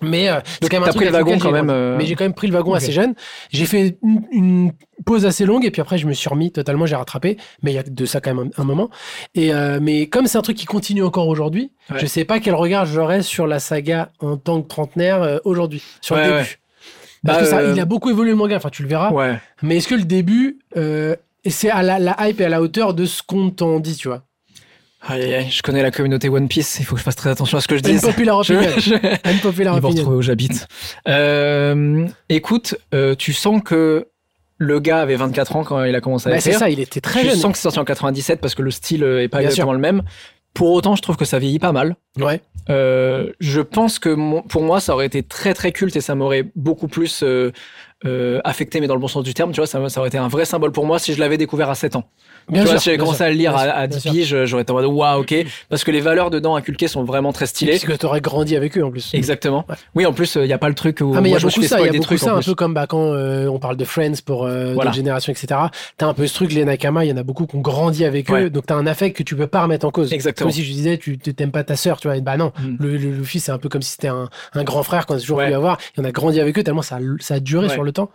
Mais euh, c'est Donc, quand même un t'as truc pris le avec wagon lequel quand j'ai même, grandi. euh, Mais j'ai quand même pris le wagon ok. assez jeune. J'ai fait une, une pause assez longue et puis après je me suis remis totalement, j'ai rattrapé. Mais il y a de ça quand même un, un moment. Et euh, mais comme c'est un truc qui continue encore aujourd'hui, Ouais. je sais pas quel regard j'aurais sur la saga en tant que trentenaire euh, aujourd'hui, sur Ouais, le ouais. début. Parce Bah, que ça, euh, il a beaucoup évolué le manga. Enfin, tu le verras. Ouais. Mais est-ce que le début, euh, c'est à la, la hype et à la hauteur de ce qu'on t'en dit, tu vois Aïe, aïe, aïe, je connais la communauté One Piece, il faut que je fasse très attention à ce que je dis. Une popular Je- opinion. je- Une popular Ils vont opinion. retrouver où j'habite. Euh, écoute, euh, tu sens que le gars avait 24 ans quand il a commencé à Bah, c'est écrire. ça, il était très tu jeune. sens que c'est sorti en 97 parce que le style euh, est pas Bien exactement le même. Pour autant, je trouve que ça vieillit pas mal. Ouais. Euh, je pense que mon- pour moi, ça aurait été très très culte et ça m'aurait beaucoup plus euh, euh, affecté, mais dans le bon sens du terme, tu vois, ça, ça aurait été un vrai symbole pour moi si je l'avais découvert à 7 ans. Bien tu sûr. vois, si j'avais bien commencé sûr, à le lire bien à, sûr, à bien 10 sûr. piges, euh, j'aurais été en mode waouh, ok, parce que les valeurs dedans inculquées sont vraiment très stylées. Parce que t'aurais grandi avec eux en plus. Exactement. Ouais. Oui, en plus, il n'y a pas le truc où Ah mais il y moi, a je me suis beaucoup fait ça, il y spoil a des beaucoup trucs. ça, en un plus. peu comme bah, quand euh, on parle de Friends pour euh, Voilà. d'autres générations, etc. T'as un peu ce truc, les Nakama, il y en a beaucoup qui ont grandi avec Ouais. eux, donc t'as un affect que tu peux pas remettre en cause. Exactement. Comme si je disais, tu tu- t'aimes pas ta sœur, tu vois, et bah non. Mm. Le, le Luffy, c'est un peu comme si c'était un, un grand frère qu'on a toujours Ouais. voulu avoir. Et on a grandi avec eux tellement ça, a- ça a duré Ouais. sur le temps.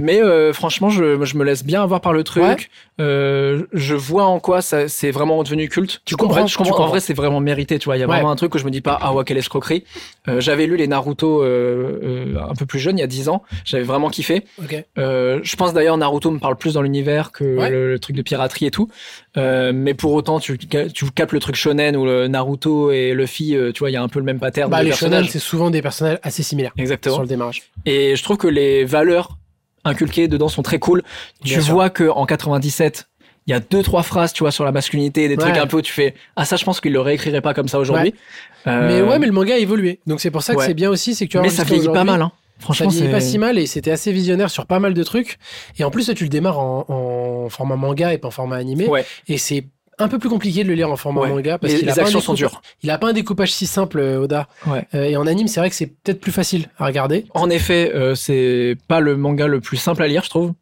Mais euh, franchement, je, je me laisse bien avoir par le truc. Ouais. Euh, je vois en quoi ça c'est vraiment devenu culte. Tu En vrai, comprends, je comprends. tu comprends. En vrai, c'est vraiment mérité. Tu vois, il y a Ouais. vraiment un truc que je me dis pas ah ouais quelle escroquerie. Euh, j'avais lu les Naruto euh, euh, un peu plus jeune, il y a 10 ans. J'avais vraiment kiffé. Ok. Euh, je pense d'ailleurs Naruto me parle plus dans l'univers que Ouais. le, le truc de piraterie et tout. Euh, mais pour autant, tu ca- tu capes le truc shonen où le Naruto et Luffy, euh, tu vois, il y a un peu le même pattern Bah de les shonen, personnages. c'est souvent des personnages assez similaires Exactement. sur le démarrage. Et je trouve que les valeurs inculquées dedans sont très cool. Tu Bien sûr. vois que en 97, il y a deux trois phrases, tu vois, sur la masculinité, des trucs Ouais. un peu où tu fais ah ça je pense qu'il le réécrirait pas comme ça aujourd'hui. Euh, Mais ouais, mais le manga a évolué, donc c'est pour ça que ouais. c'est bien aussi, c'est que tu as mais ça enregistré vieillit pas aujourd'hui. mal hein. Ça Franchement, vieillit c'est pas si mal et c'était assez visionnaire sur pas mal de trucs. Et en plus, toi, tu le démarres en, en format manga et pas en format animé. Ouais. Et c'est un peu plus compliqué de le lire en format Ouais. manga parce les, qu'il a, les pas un actions sont découpage- dures. il a pas un découpage si simple, euh, Oda. Ouais. Euh, et en anime, c'est vrai que c'est peut-être plus facile à regarder. En effet, euh, c'est pas le manga le plus simple à lire, je trouve.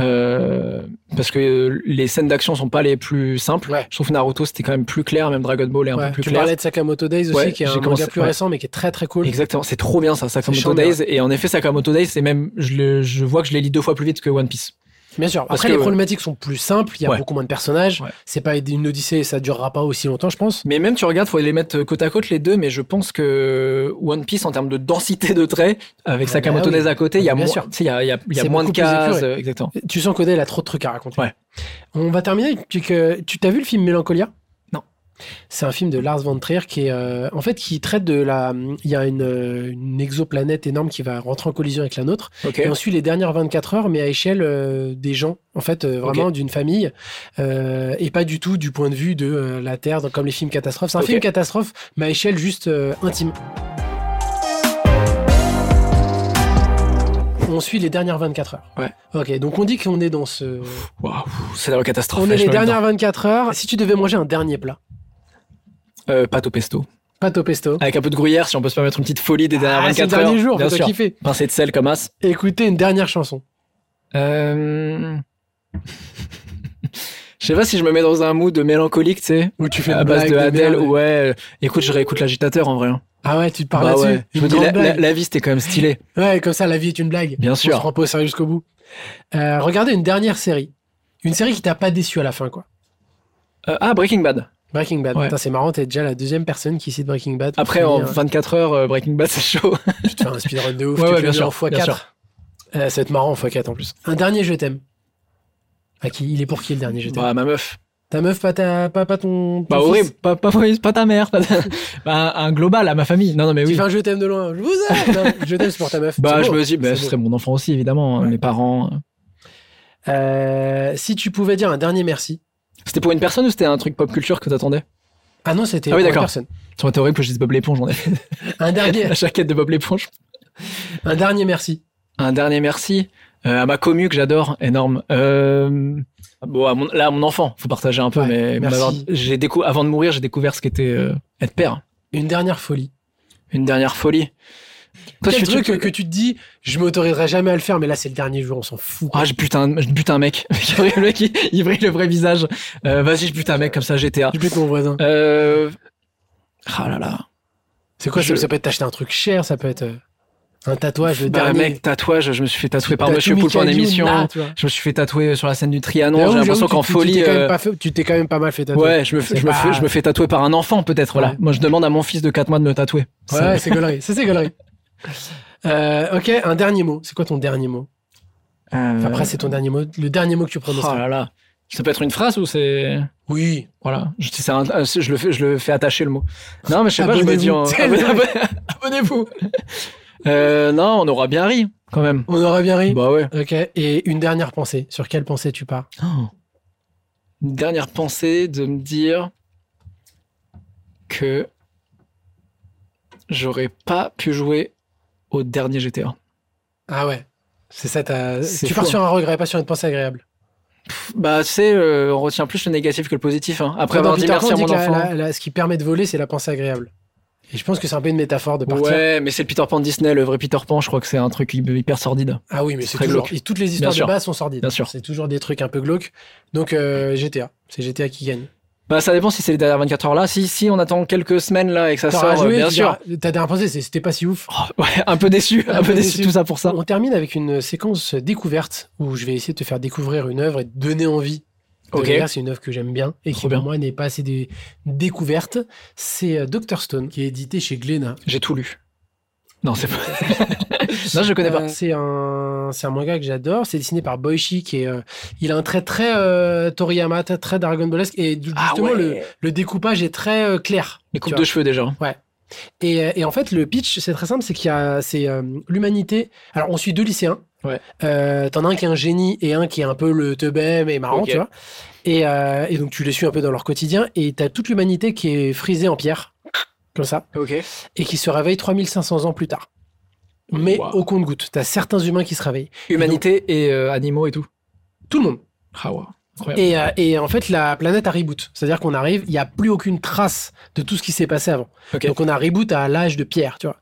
Euh, parce que euh, les scènes d'action sont pas les plus simples. Ouais. Je trouve Naruto c'était quand même plus clair, même Dragon Ball est un Ouais. peu plus Tu clair. parlais de Sakamoto Days aussi, Ouais, qui est j'ai un manga commencé- plus ouais. récent mais qui est très très cool. Exactement, c'est trop bien ça, Sakamoto chiant, mais Days. Et en effet, Sakamoto Days, c'est même, je, le- je vois que je les lis deux fois plus vite que One Piece. Bien sûr. Parce Après, que- les problématiques sont plus simples. Il y a Ouais. beaucoup moins de personnages. Ouais. C'est pas une odyssée, ça durera pas aussi longtemps, je pense. Mais même, tu regardes, faut les mettre euh, côte à côte les deux, mais je pense que euh, One Piece, en termes de densité de traits, avec Ah Sakamoto bah oui. Days à côté, il y a Bien moins, sûr. tu sais, il y a, il y a- il y a C'est moins de beaucoup plus cases. épuré. euh, Exactement. Tu sens qu'Oda, il a trop de trucs à raconter. Ouais. On va terminer avec tu, que, tu t'as vu le film Mélancolia Non. C'est un film de Lars von Trier qui est euh, en fait qui traite de la il y a une, euh, une exoplanète énorme qui va rentrer en collision avec la nôtre Ok. et on suit les dernières 24 heures mais à échelle euh, des gens en fait euh, vraiment d'une famille euh, et pas du tout du point de vue de euh, la Terre donc comme les films catastrophes c'est un Ok. film catastrophe mais à échelle juste euh, intime. On suit les dernières 24 heures. Ouais. Ok, donc on dit qu'on est dans ce Waouh, c'est la catastrophe. on là, est je les me mets dernières 24 heures. Si tu devais manger un dernier plat, dedans. Euh, pâte au pesto. pâte au pesto. Avec un peu de gruyère, si on peut se permettre une petite folie des Ah, dernières Ah, c'est 24 le dernier heures. jour, bien faut sûr. kiffer. Pincée de sel comme as. Écoutez une dernière chanson. Euh... Je sais pas si je me mets dans un mood de mélancolique, tu sais. Où tu fais À une base blague de Adèle, merde. ouais. euh, Écoute, je réécoute l'agitateur en vrai. hein. Ah ouais, tu te parles Bah là-dessus. ouais. Je Une me dis, grande la, la- blague. la vie, c'était quand même stylé. Ouais, comme ça, la vie est une blague. Bien On sûr. se rend pas au sérieux jusqu'au bout. Euh, regardez une dernière série. Une série qui t'a pas déçu à la fin, quoi. Euh, ah, Breaking Bad. Breaking Bad. Ouais. Putain, c'est marrant, t'es déjà la deuxième personne qui cite Breaking Bad. pour Après, finir. en 24 heures, euh, Breaking Bad, c'est chaud. Tu te fais un speedrun de ouf. Ouais, tu ouais, te bien le mets sûr, en x4. bien sûr. Euh, ça va être marrant en x4 en plus. Un dernier je t'aime. À qui Il est pour qui le dernier je t'aime Bah, ma meuf. Ta meuf, pas, ta, pas, pas ton. ton Bah fils. horrible, pas, pas, pas ta mère, pas ta- bah, un global à ma famille. Non, non, mais Tu Eh oui. fais un je t'aime de loin. Je vous aime. Non, je t'aime, c'est pour ta meuf. Bah, C'est je beau, me dis, bah, c'est ce beau. serait mon enfant aussi, évidemment, hein, mes parents. Euh, si tu pouvais dire un dernier merci. C'était pour une personne ou c'était un truc pop culture que t'attendais Ah non, c'était Ah pour oui, une d'accord. personne. Ça aurait été horrible que je dise Bob l'éponge, j'en ai fait Un dernier, la jaquette de Bob l'éponge. un dernier merci. Un dernier merci euh, à ma commu que j'adore, énorme. Euh, bon, à mon- là, à mon enfant, faut partager un peu, Ouais, merci. mais m'avoir- j'ai décou- avant de mourir, j'ai découvert ce qu'était euh, être père. Une dernière folie. Une dernière folie. Toi, Quel tu- tu- truc que tu te dis, je m'autoriserai jamais à le faire, mais là c'est le dernier jour, on s'en fout. quoi. Ah, je bute un, je bute un mec. le mec, il, il brille le vrai visage. Euh, Vas-y, je bute un mec comme ça, GTA. Je bute mon voisin. Euh... Ah là là. C'est quoi ça- je- Ça peut être t'acheter un truc cher, ça peut être euh, un tatouage. Le Bah, dernier. mec, tatouage, je me suis fait tatouer par Tatou Monsieur Poulpe en Michael Youn, émission. là, tu vois. Je me suis fait tatouer sur la scène du J'avoue, Trianon. J'ai j'avoue, l'impression tu- qu'en tu- tu t'es folie. quand même euh, pas fait- Tu t'es quand même pas mal fait tatouer. Ouais, je me, fais- C'est je, me pas- fais, je me fais tatouer par un enfant, peut-être, Ouais. voilà. Moi, je demande à mon fils de 4 mois de me tatouer. Ça- Ouais, c'est gaulerie. Ça, c'est gaulerie. Euh, ok, un dernier mot. C'est quoi ton dernier mot Euh, Enfin, Après, c'est ton dernier mot. Le dernier mot que tu Oh prononceras. là là. Ça peut être une phrase ou c'est. Oui. Voilà. Je, c'est un- euh, je, le fais, je le fais attacher le mot. Non, Ah, mais je sais pas, je me dis. en- Abonnez-vous. Abonnez-vous. Euh, non, on aura bien ri, quand même. On aura bien ri. Bah ouais. Ok. Et une dernière pensée. Sur quelle pensée tu pars Une Oh. dernière pensée de me dire que j'aurais pas pu jouer au dernier GTA. Ah ouais. C'est ça. ta- C'est Tu fou, pars hein. sur un regret, pas sur une pensée agréable. Bah, tu sais, euh, on retient plus le négatif que le positif. hein. Après Dans avoir dit Peter Pan, merci à on dit mon que la- enfant. la- la- ce qui permet de voler, c'est la pensée agréable. Et je pense que c'est un peu une métaphore de partir. Ouais, mais c'est le Peter Pan de Disney, le vrai Peter Pan. Je crois que c'est un truc hy- hyper sordide. Ah oui, mais C'est c'est très toujours. glauque. et toutes les histoires sûr. de base sont sordides. Bien sûr. C'est toujours des trucs un peu glauques. Donc euh, GTA. C'est GTA qui gagne. Bah, ça dépend si c'est les dernières 24 heures là. Si, si on attend quelques semaines là et que ça T'auras sort, joué, euh, bien tu sûr. diras- Ta dernière pensée, c'est- c'était pas si ouf. Oh, ouais, un peu déçu, un, peu déçu, tout ça pour ça. On termine avec une séquence découverte où je vais essayer de te faire découvrir une œuvre et te donner envie. de Ok. la lire. C'est une œuvre que j'aime bien et qui, pour Trop bien. moi, n'est pas assez dé- découverte. C'est euh, Dr. Stone, qui est édité chez Glénat. J'ai tout lu. Non, c'est pas. non, je connais pas. Euh, c'est un, c'est un manga que j'adore. C'est dessiné par Boichi, qui est, euh, il a un trait très euh, Toriyama, très, très Dragon Ballesque, et du- Ah justement ouais. le, le découpage est très euh, clair. Les tu coupes vois. de cheveux déjà. hein. Et, euh, et en fait, le pitch, c'est très simple, c'est qu'il y a, c'est euh, l'humanité. Alors, on suit deux lycéens. Ouais. Euh, T'en as un qui est un génie et un qui est un peu le teubem et marrant, Ok. tu vois. Et, euh, et donc, tu les suis un peu dans leur quotidien. Et t'as toute l'humanité qui est frisée en pierre, comme ça, Ok. et qui se réveille 3500 ans plus tard. Mais Wow. au compte-goutte, t'as certains humains qui se réveillent. Humanité et euh, animaux et tout. Tout le monde. Ah ouais. Incroyable. Et, euh, et en fait, la planète a reboot. C'est-à-dire qu'on arrive, il n'y a plus aucune trace de tout ce qui s'est passé avant. Ok. Donc on a reboot à l'âge de pierre, tu vois.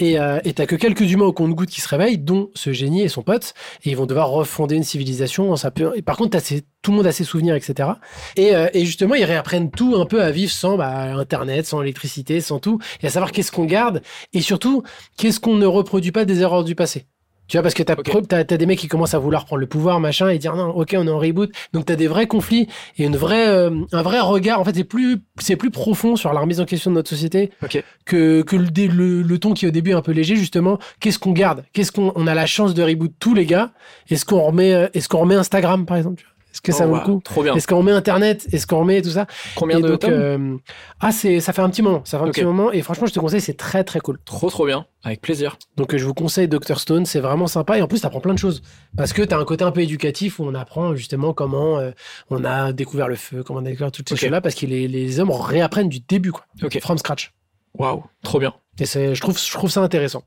Et euh, et t'as que quelques humains au compte-goutte qui se réveillent, dont ce génie et son pote, et ils vont devoir refonder une civilisation. Ça peut... et par contre, t'as ces- tout le monde a ses souvenirs, etc. Et, euh, et justement, ils réapprennent tout un peu à vivre sans bah, Internet, sans électricité, sans tout, et à savoir qu'est-ce qu'on garde, et surtout, qu'est-ce qu'on ne reproduit pas des erreurs du passé. Tu vois, parce que t'as Ok. pre- t'as- t'as des mecs qui commencent à vouloir prendre le pouvoir, machin, et dire non, ok, on est en reboot. Donc t'as des vrais conflits et une vraie, euh, un vrai regard. En fait, c'est plus, c'est plus profond sur la remise en question de notre société Ok. que, que le, dé- le, le ton qui au début est un peu léger, justement. Qu'est-ce qu'on garde Qu'est-ce qu'on on a la chance de reboot tous les gars Est-ce qu'on remet, euh, est-ce qu'on remet Instagram par exemple Est-ce que ça Oh, vaut le wow, coup Trop bien. Est-ce qu'on remet Internet Est-ce qu'on remet tout ça Combien Et de donc, tomes euh, Ah, c'est, ça fait un petit moment. Ça fait un Ok. petit moment. Et franchement, je te conseille, c'est très très cool. Trop trop bien. Avec plaisir. Donc euh, je vous conseille Dr Stone, c'est vraiment sympa et en plus t'apprends plein de choses parce que t'as un côté un peu éducatif où on apprend justement comment euh, on a découvert le feu, comment on a découvert toutes ces Ok. choses-là parce que les, les hommes réapprennent du début quoi, Ok. from scratch. Waouh. Trop bien. Et c'est, je trouve, je trouve ça intéressant.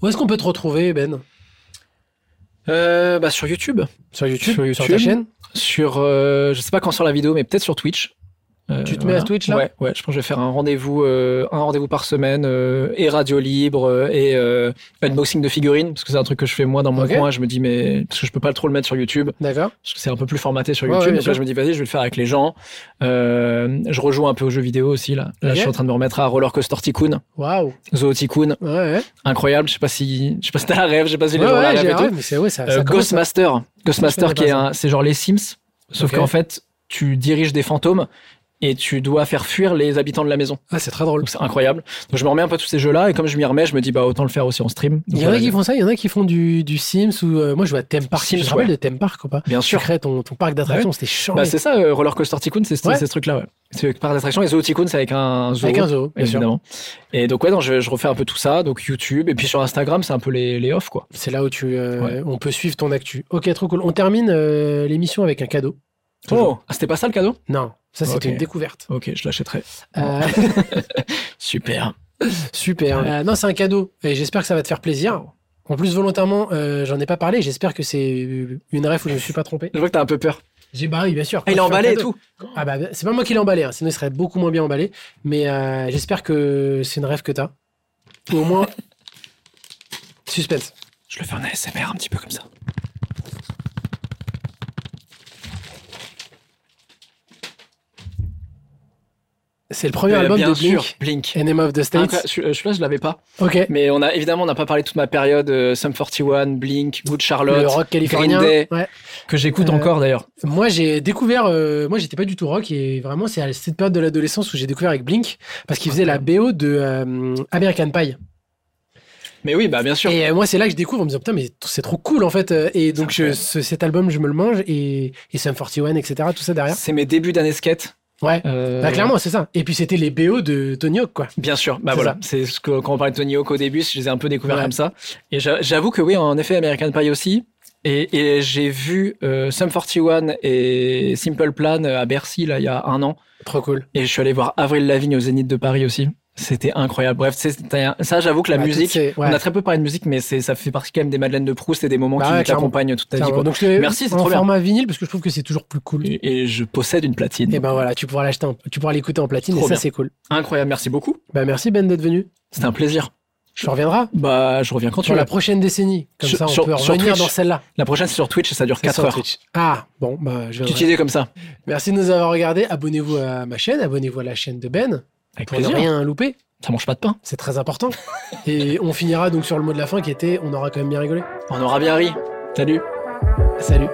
Où est-ce qu'on peut te retrouver Ben Euh, bah sur YouTube. Sur YouTube, Sur sur, YouTube. ta chaîne Sur. euh, je sais pas quand sort la vidéo, mais peut-être sur Twitch. Euh, Tu te mets à Twitch, là Ouais, ouais, je pense que je vais faire un rendez-vous, euh, un rendez-vous par semaine euh, et radio libre euh, et euh, unboxing de figurines parce que c'est un truc que je fais moi dans mon Ok. coin. Je me dis mais parce que je peux pas trop le mettre sur YouTube. D'accord. parce que c'est un peu plus formaté sur Ouais, YouTube. ouais, bien donc là, sûr. je me dis, vas-y, je vais le faire avec les gens. Euh, je rejoue un peu aux jeux vidéo aussi. Là, là Ok. je suis en train de me remettre à Roller Coaster Tycoon, Waouh. Zoo Tycoon, Ouais. Ouais. incroyable. Je sais pas si, je sais pas si t'as la rêve, je sais pas si les Ouais, gens ouais, la j'ai- rêvent et ouais, tout. mais c'est ouais, ça, Euh, ça commence, ça. Ghostmaster, Ghostmaster Je connais qui est pas un, c'est genre les Sims, sauf Ok. qu'en fait, tu diriges des fantômes et tu dois faire fuir les habitants de la maison. Ah, c'est très drôle. Donc, C'est incroyable. Donc je me remets un peu à tous ces jeux-là et comme je m'y remets, je me dis bah autant le faire aussi en stream. Donc, Il y en a voilà, qui font ça, il y en a qui font du, du Sims ou euh, moi je vois Theme Park. Sims, je te rappelle ouais. de Theme Park ou pas Bien Tu sûr. crées ton, ton parc d'attractions, c'était Bah, charmé. c'est ça, euh, Roller Coaster Tycoon, c'est c'est- Ouais. c'est ce truc-là. Ouais. C'est par d'attraction et Zoo Tycoon, c'est avec un zoo. Avec un zoo, bien sûr. évidemment. Et donc ouais, non, je, je refais un peu tout ça, donc YouTube et puis sur Instagram, c'est un peu les, les off quoi. C'est là où tu, euh, Ouais. on peut suivre ton actu. Ok, trop cool. On termine euh, l'émission avec un cadeau. Toujours. Oh, ah, c'était pas ça le cadeau Non, ça c'était Ok. une découverte. Ok, je l'achèterai. Euh, Super. super. Euh, non, c'est un cadeau et j'espère que ça va te faire plaisir. En plus, volontairement, euh, j'en ai pas parlé. J'espère que c'est une ref où je me suis pas trompé. Je vois que t'as un peu peur. J'ai bah oui, bien sûr. Ah, il est Quand tu fais un emballé et cadeau- tout. Ah bah, c'est pas moi qui l'ai emballé, hein, sinon il serait beaucoup moins bien emballé. Mais euh, j'espère que c'est une rêve que t'as. Ou au moins. Suspense. Je le fais en ASMR un petit peu comme ça. C'est le premier Euh, album bien de Blink, sûr, Blink. Enema of the States. Incroyable. Celui- euh, Celui-là, je l'avais pas. Ok. Mais on a évidemment, on n'a pas parlé de toute ma période euh, Sum 41, Blink, Good Le Charlotte, rock californien. Green Day. Ouais. que j'écoute Euh, encore d'ailleurs. Moi j'ai découvert, euh, moi j'étais pas du tout rock et vraiment c'est à cette période de l'adolescence où j'ai découvert avec Blink parce qu'il faisait la BO de euh, American Pie. Mais oui, bah bien sûr. Et euh, moi, c'est là que je découvre en me disant putain, mais t- c'est trop cool en fait. Euh, Et donc, je, incroyable. ce- cet album, je me le mange et, et Sum 41, etc. Tout ça derrière. C'est mes débuts d'année skate. Ouais. Euh, Bah, clairement, c'est ça. Et puis, c'était les BO de Tony Hawk, quoi. Bien sûr, bah C'est voilà, ça. c'est ce que quand on parlait de Tony Hawk au début, je les ai un peu découverts Ouais. comme ça. Et j'a- j'avoue que oui, en effet, American Pie aussi. Et, et j'ai vu euh, Sum 41 et Simple Plan euh, à Bercy là il y a un an. Trop cool. Et je suis allé voir Avril Lavigne au Zénith de Paris aussi. C'était incroyable. Bref, c'est- c'était un- ça, j'avoue que la Bah, musique. toutes ces- ouais. On a très peu parlé de musique, mais c'est- ça fait partie quand même des Madeleines de Proust et des moments Bah qui ouais, clairement. t'accompagnent toute ta Tiens, vie. quoi. donc, je l'ai Merci, c'est en trop bien. format vinyle parce que je trouve que c'est toujours plus cool. Et, Et, et je possède une platine. ben voilà, tu pourras l'acheter, en- tu pourras l'écouter en platine et Trop ça, bien. c'est cool. Incroyable, merci beaucoup. Bah, merci Ben d'être venu. C'était un plaisir. Je reviendras Bah, je reviens quand tu sur veux. la La... prochaine décennie. Comme Sur- ça, on sur- peut sur revenir Twitch. dans celle-là. prochaine, c'est sur Twitch et ça dure 4 sur heures. Twitch. Ah, bon, bah, je Petite viendrai. idée comme ça. Merci de nous avoir regardés. Abonnez-vous à ma chaîne, abonnez-vous à la chaîne de Ben Avec pour ne plaisir. rien louper. Ça mange pas de pain. C'est très important. Et on finira donc sur le mot de la fin qui était on aura quand même bien rigolé. On aura bien ri. Salut. Salut.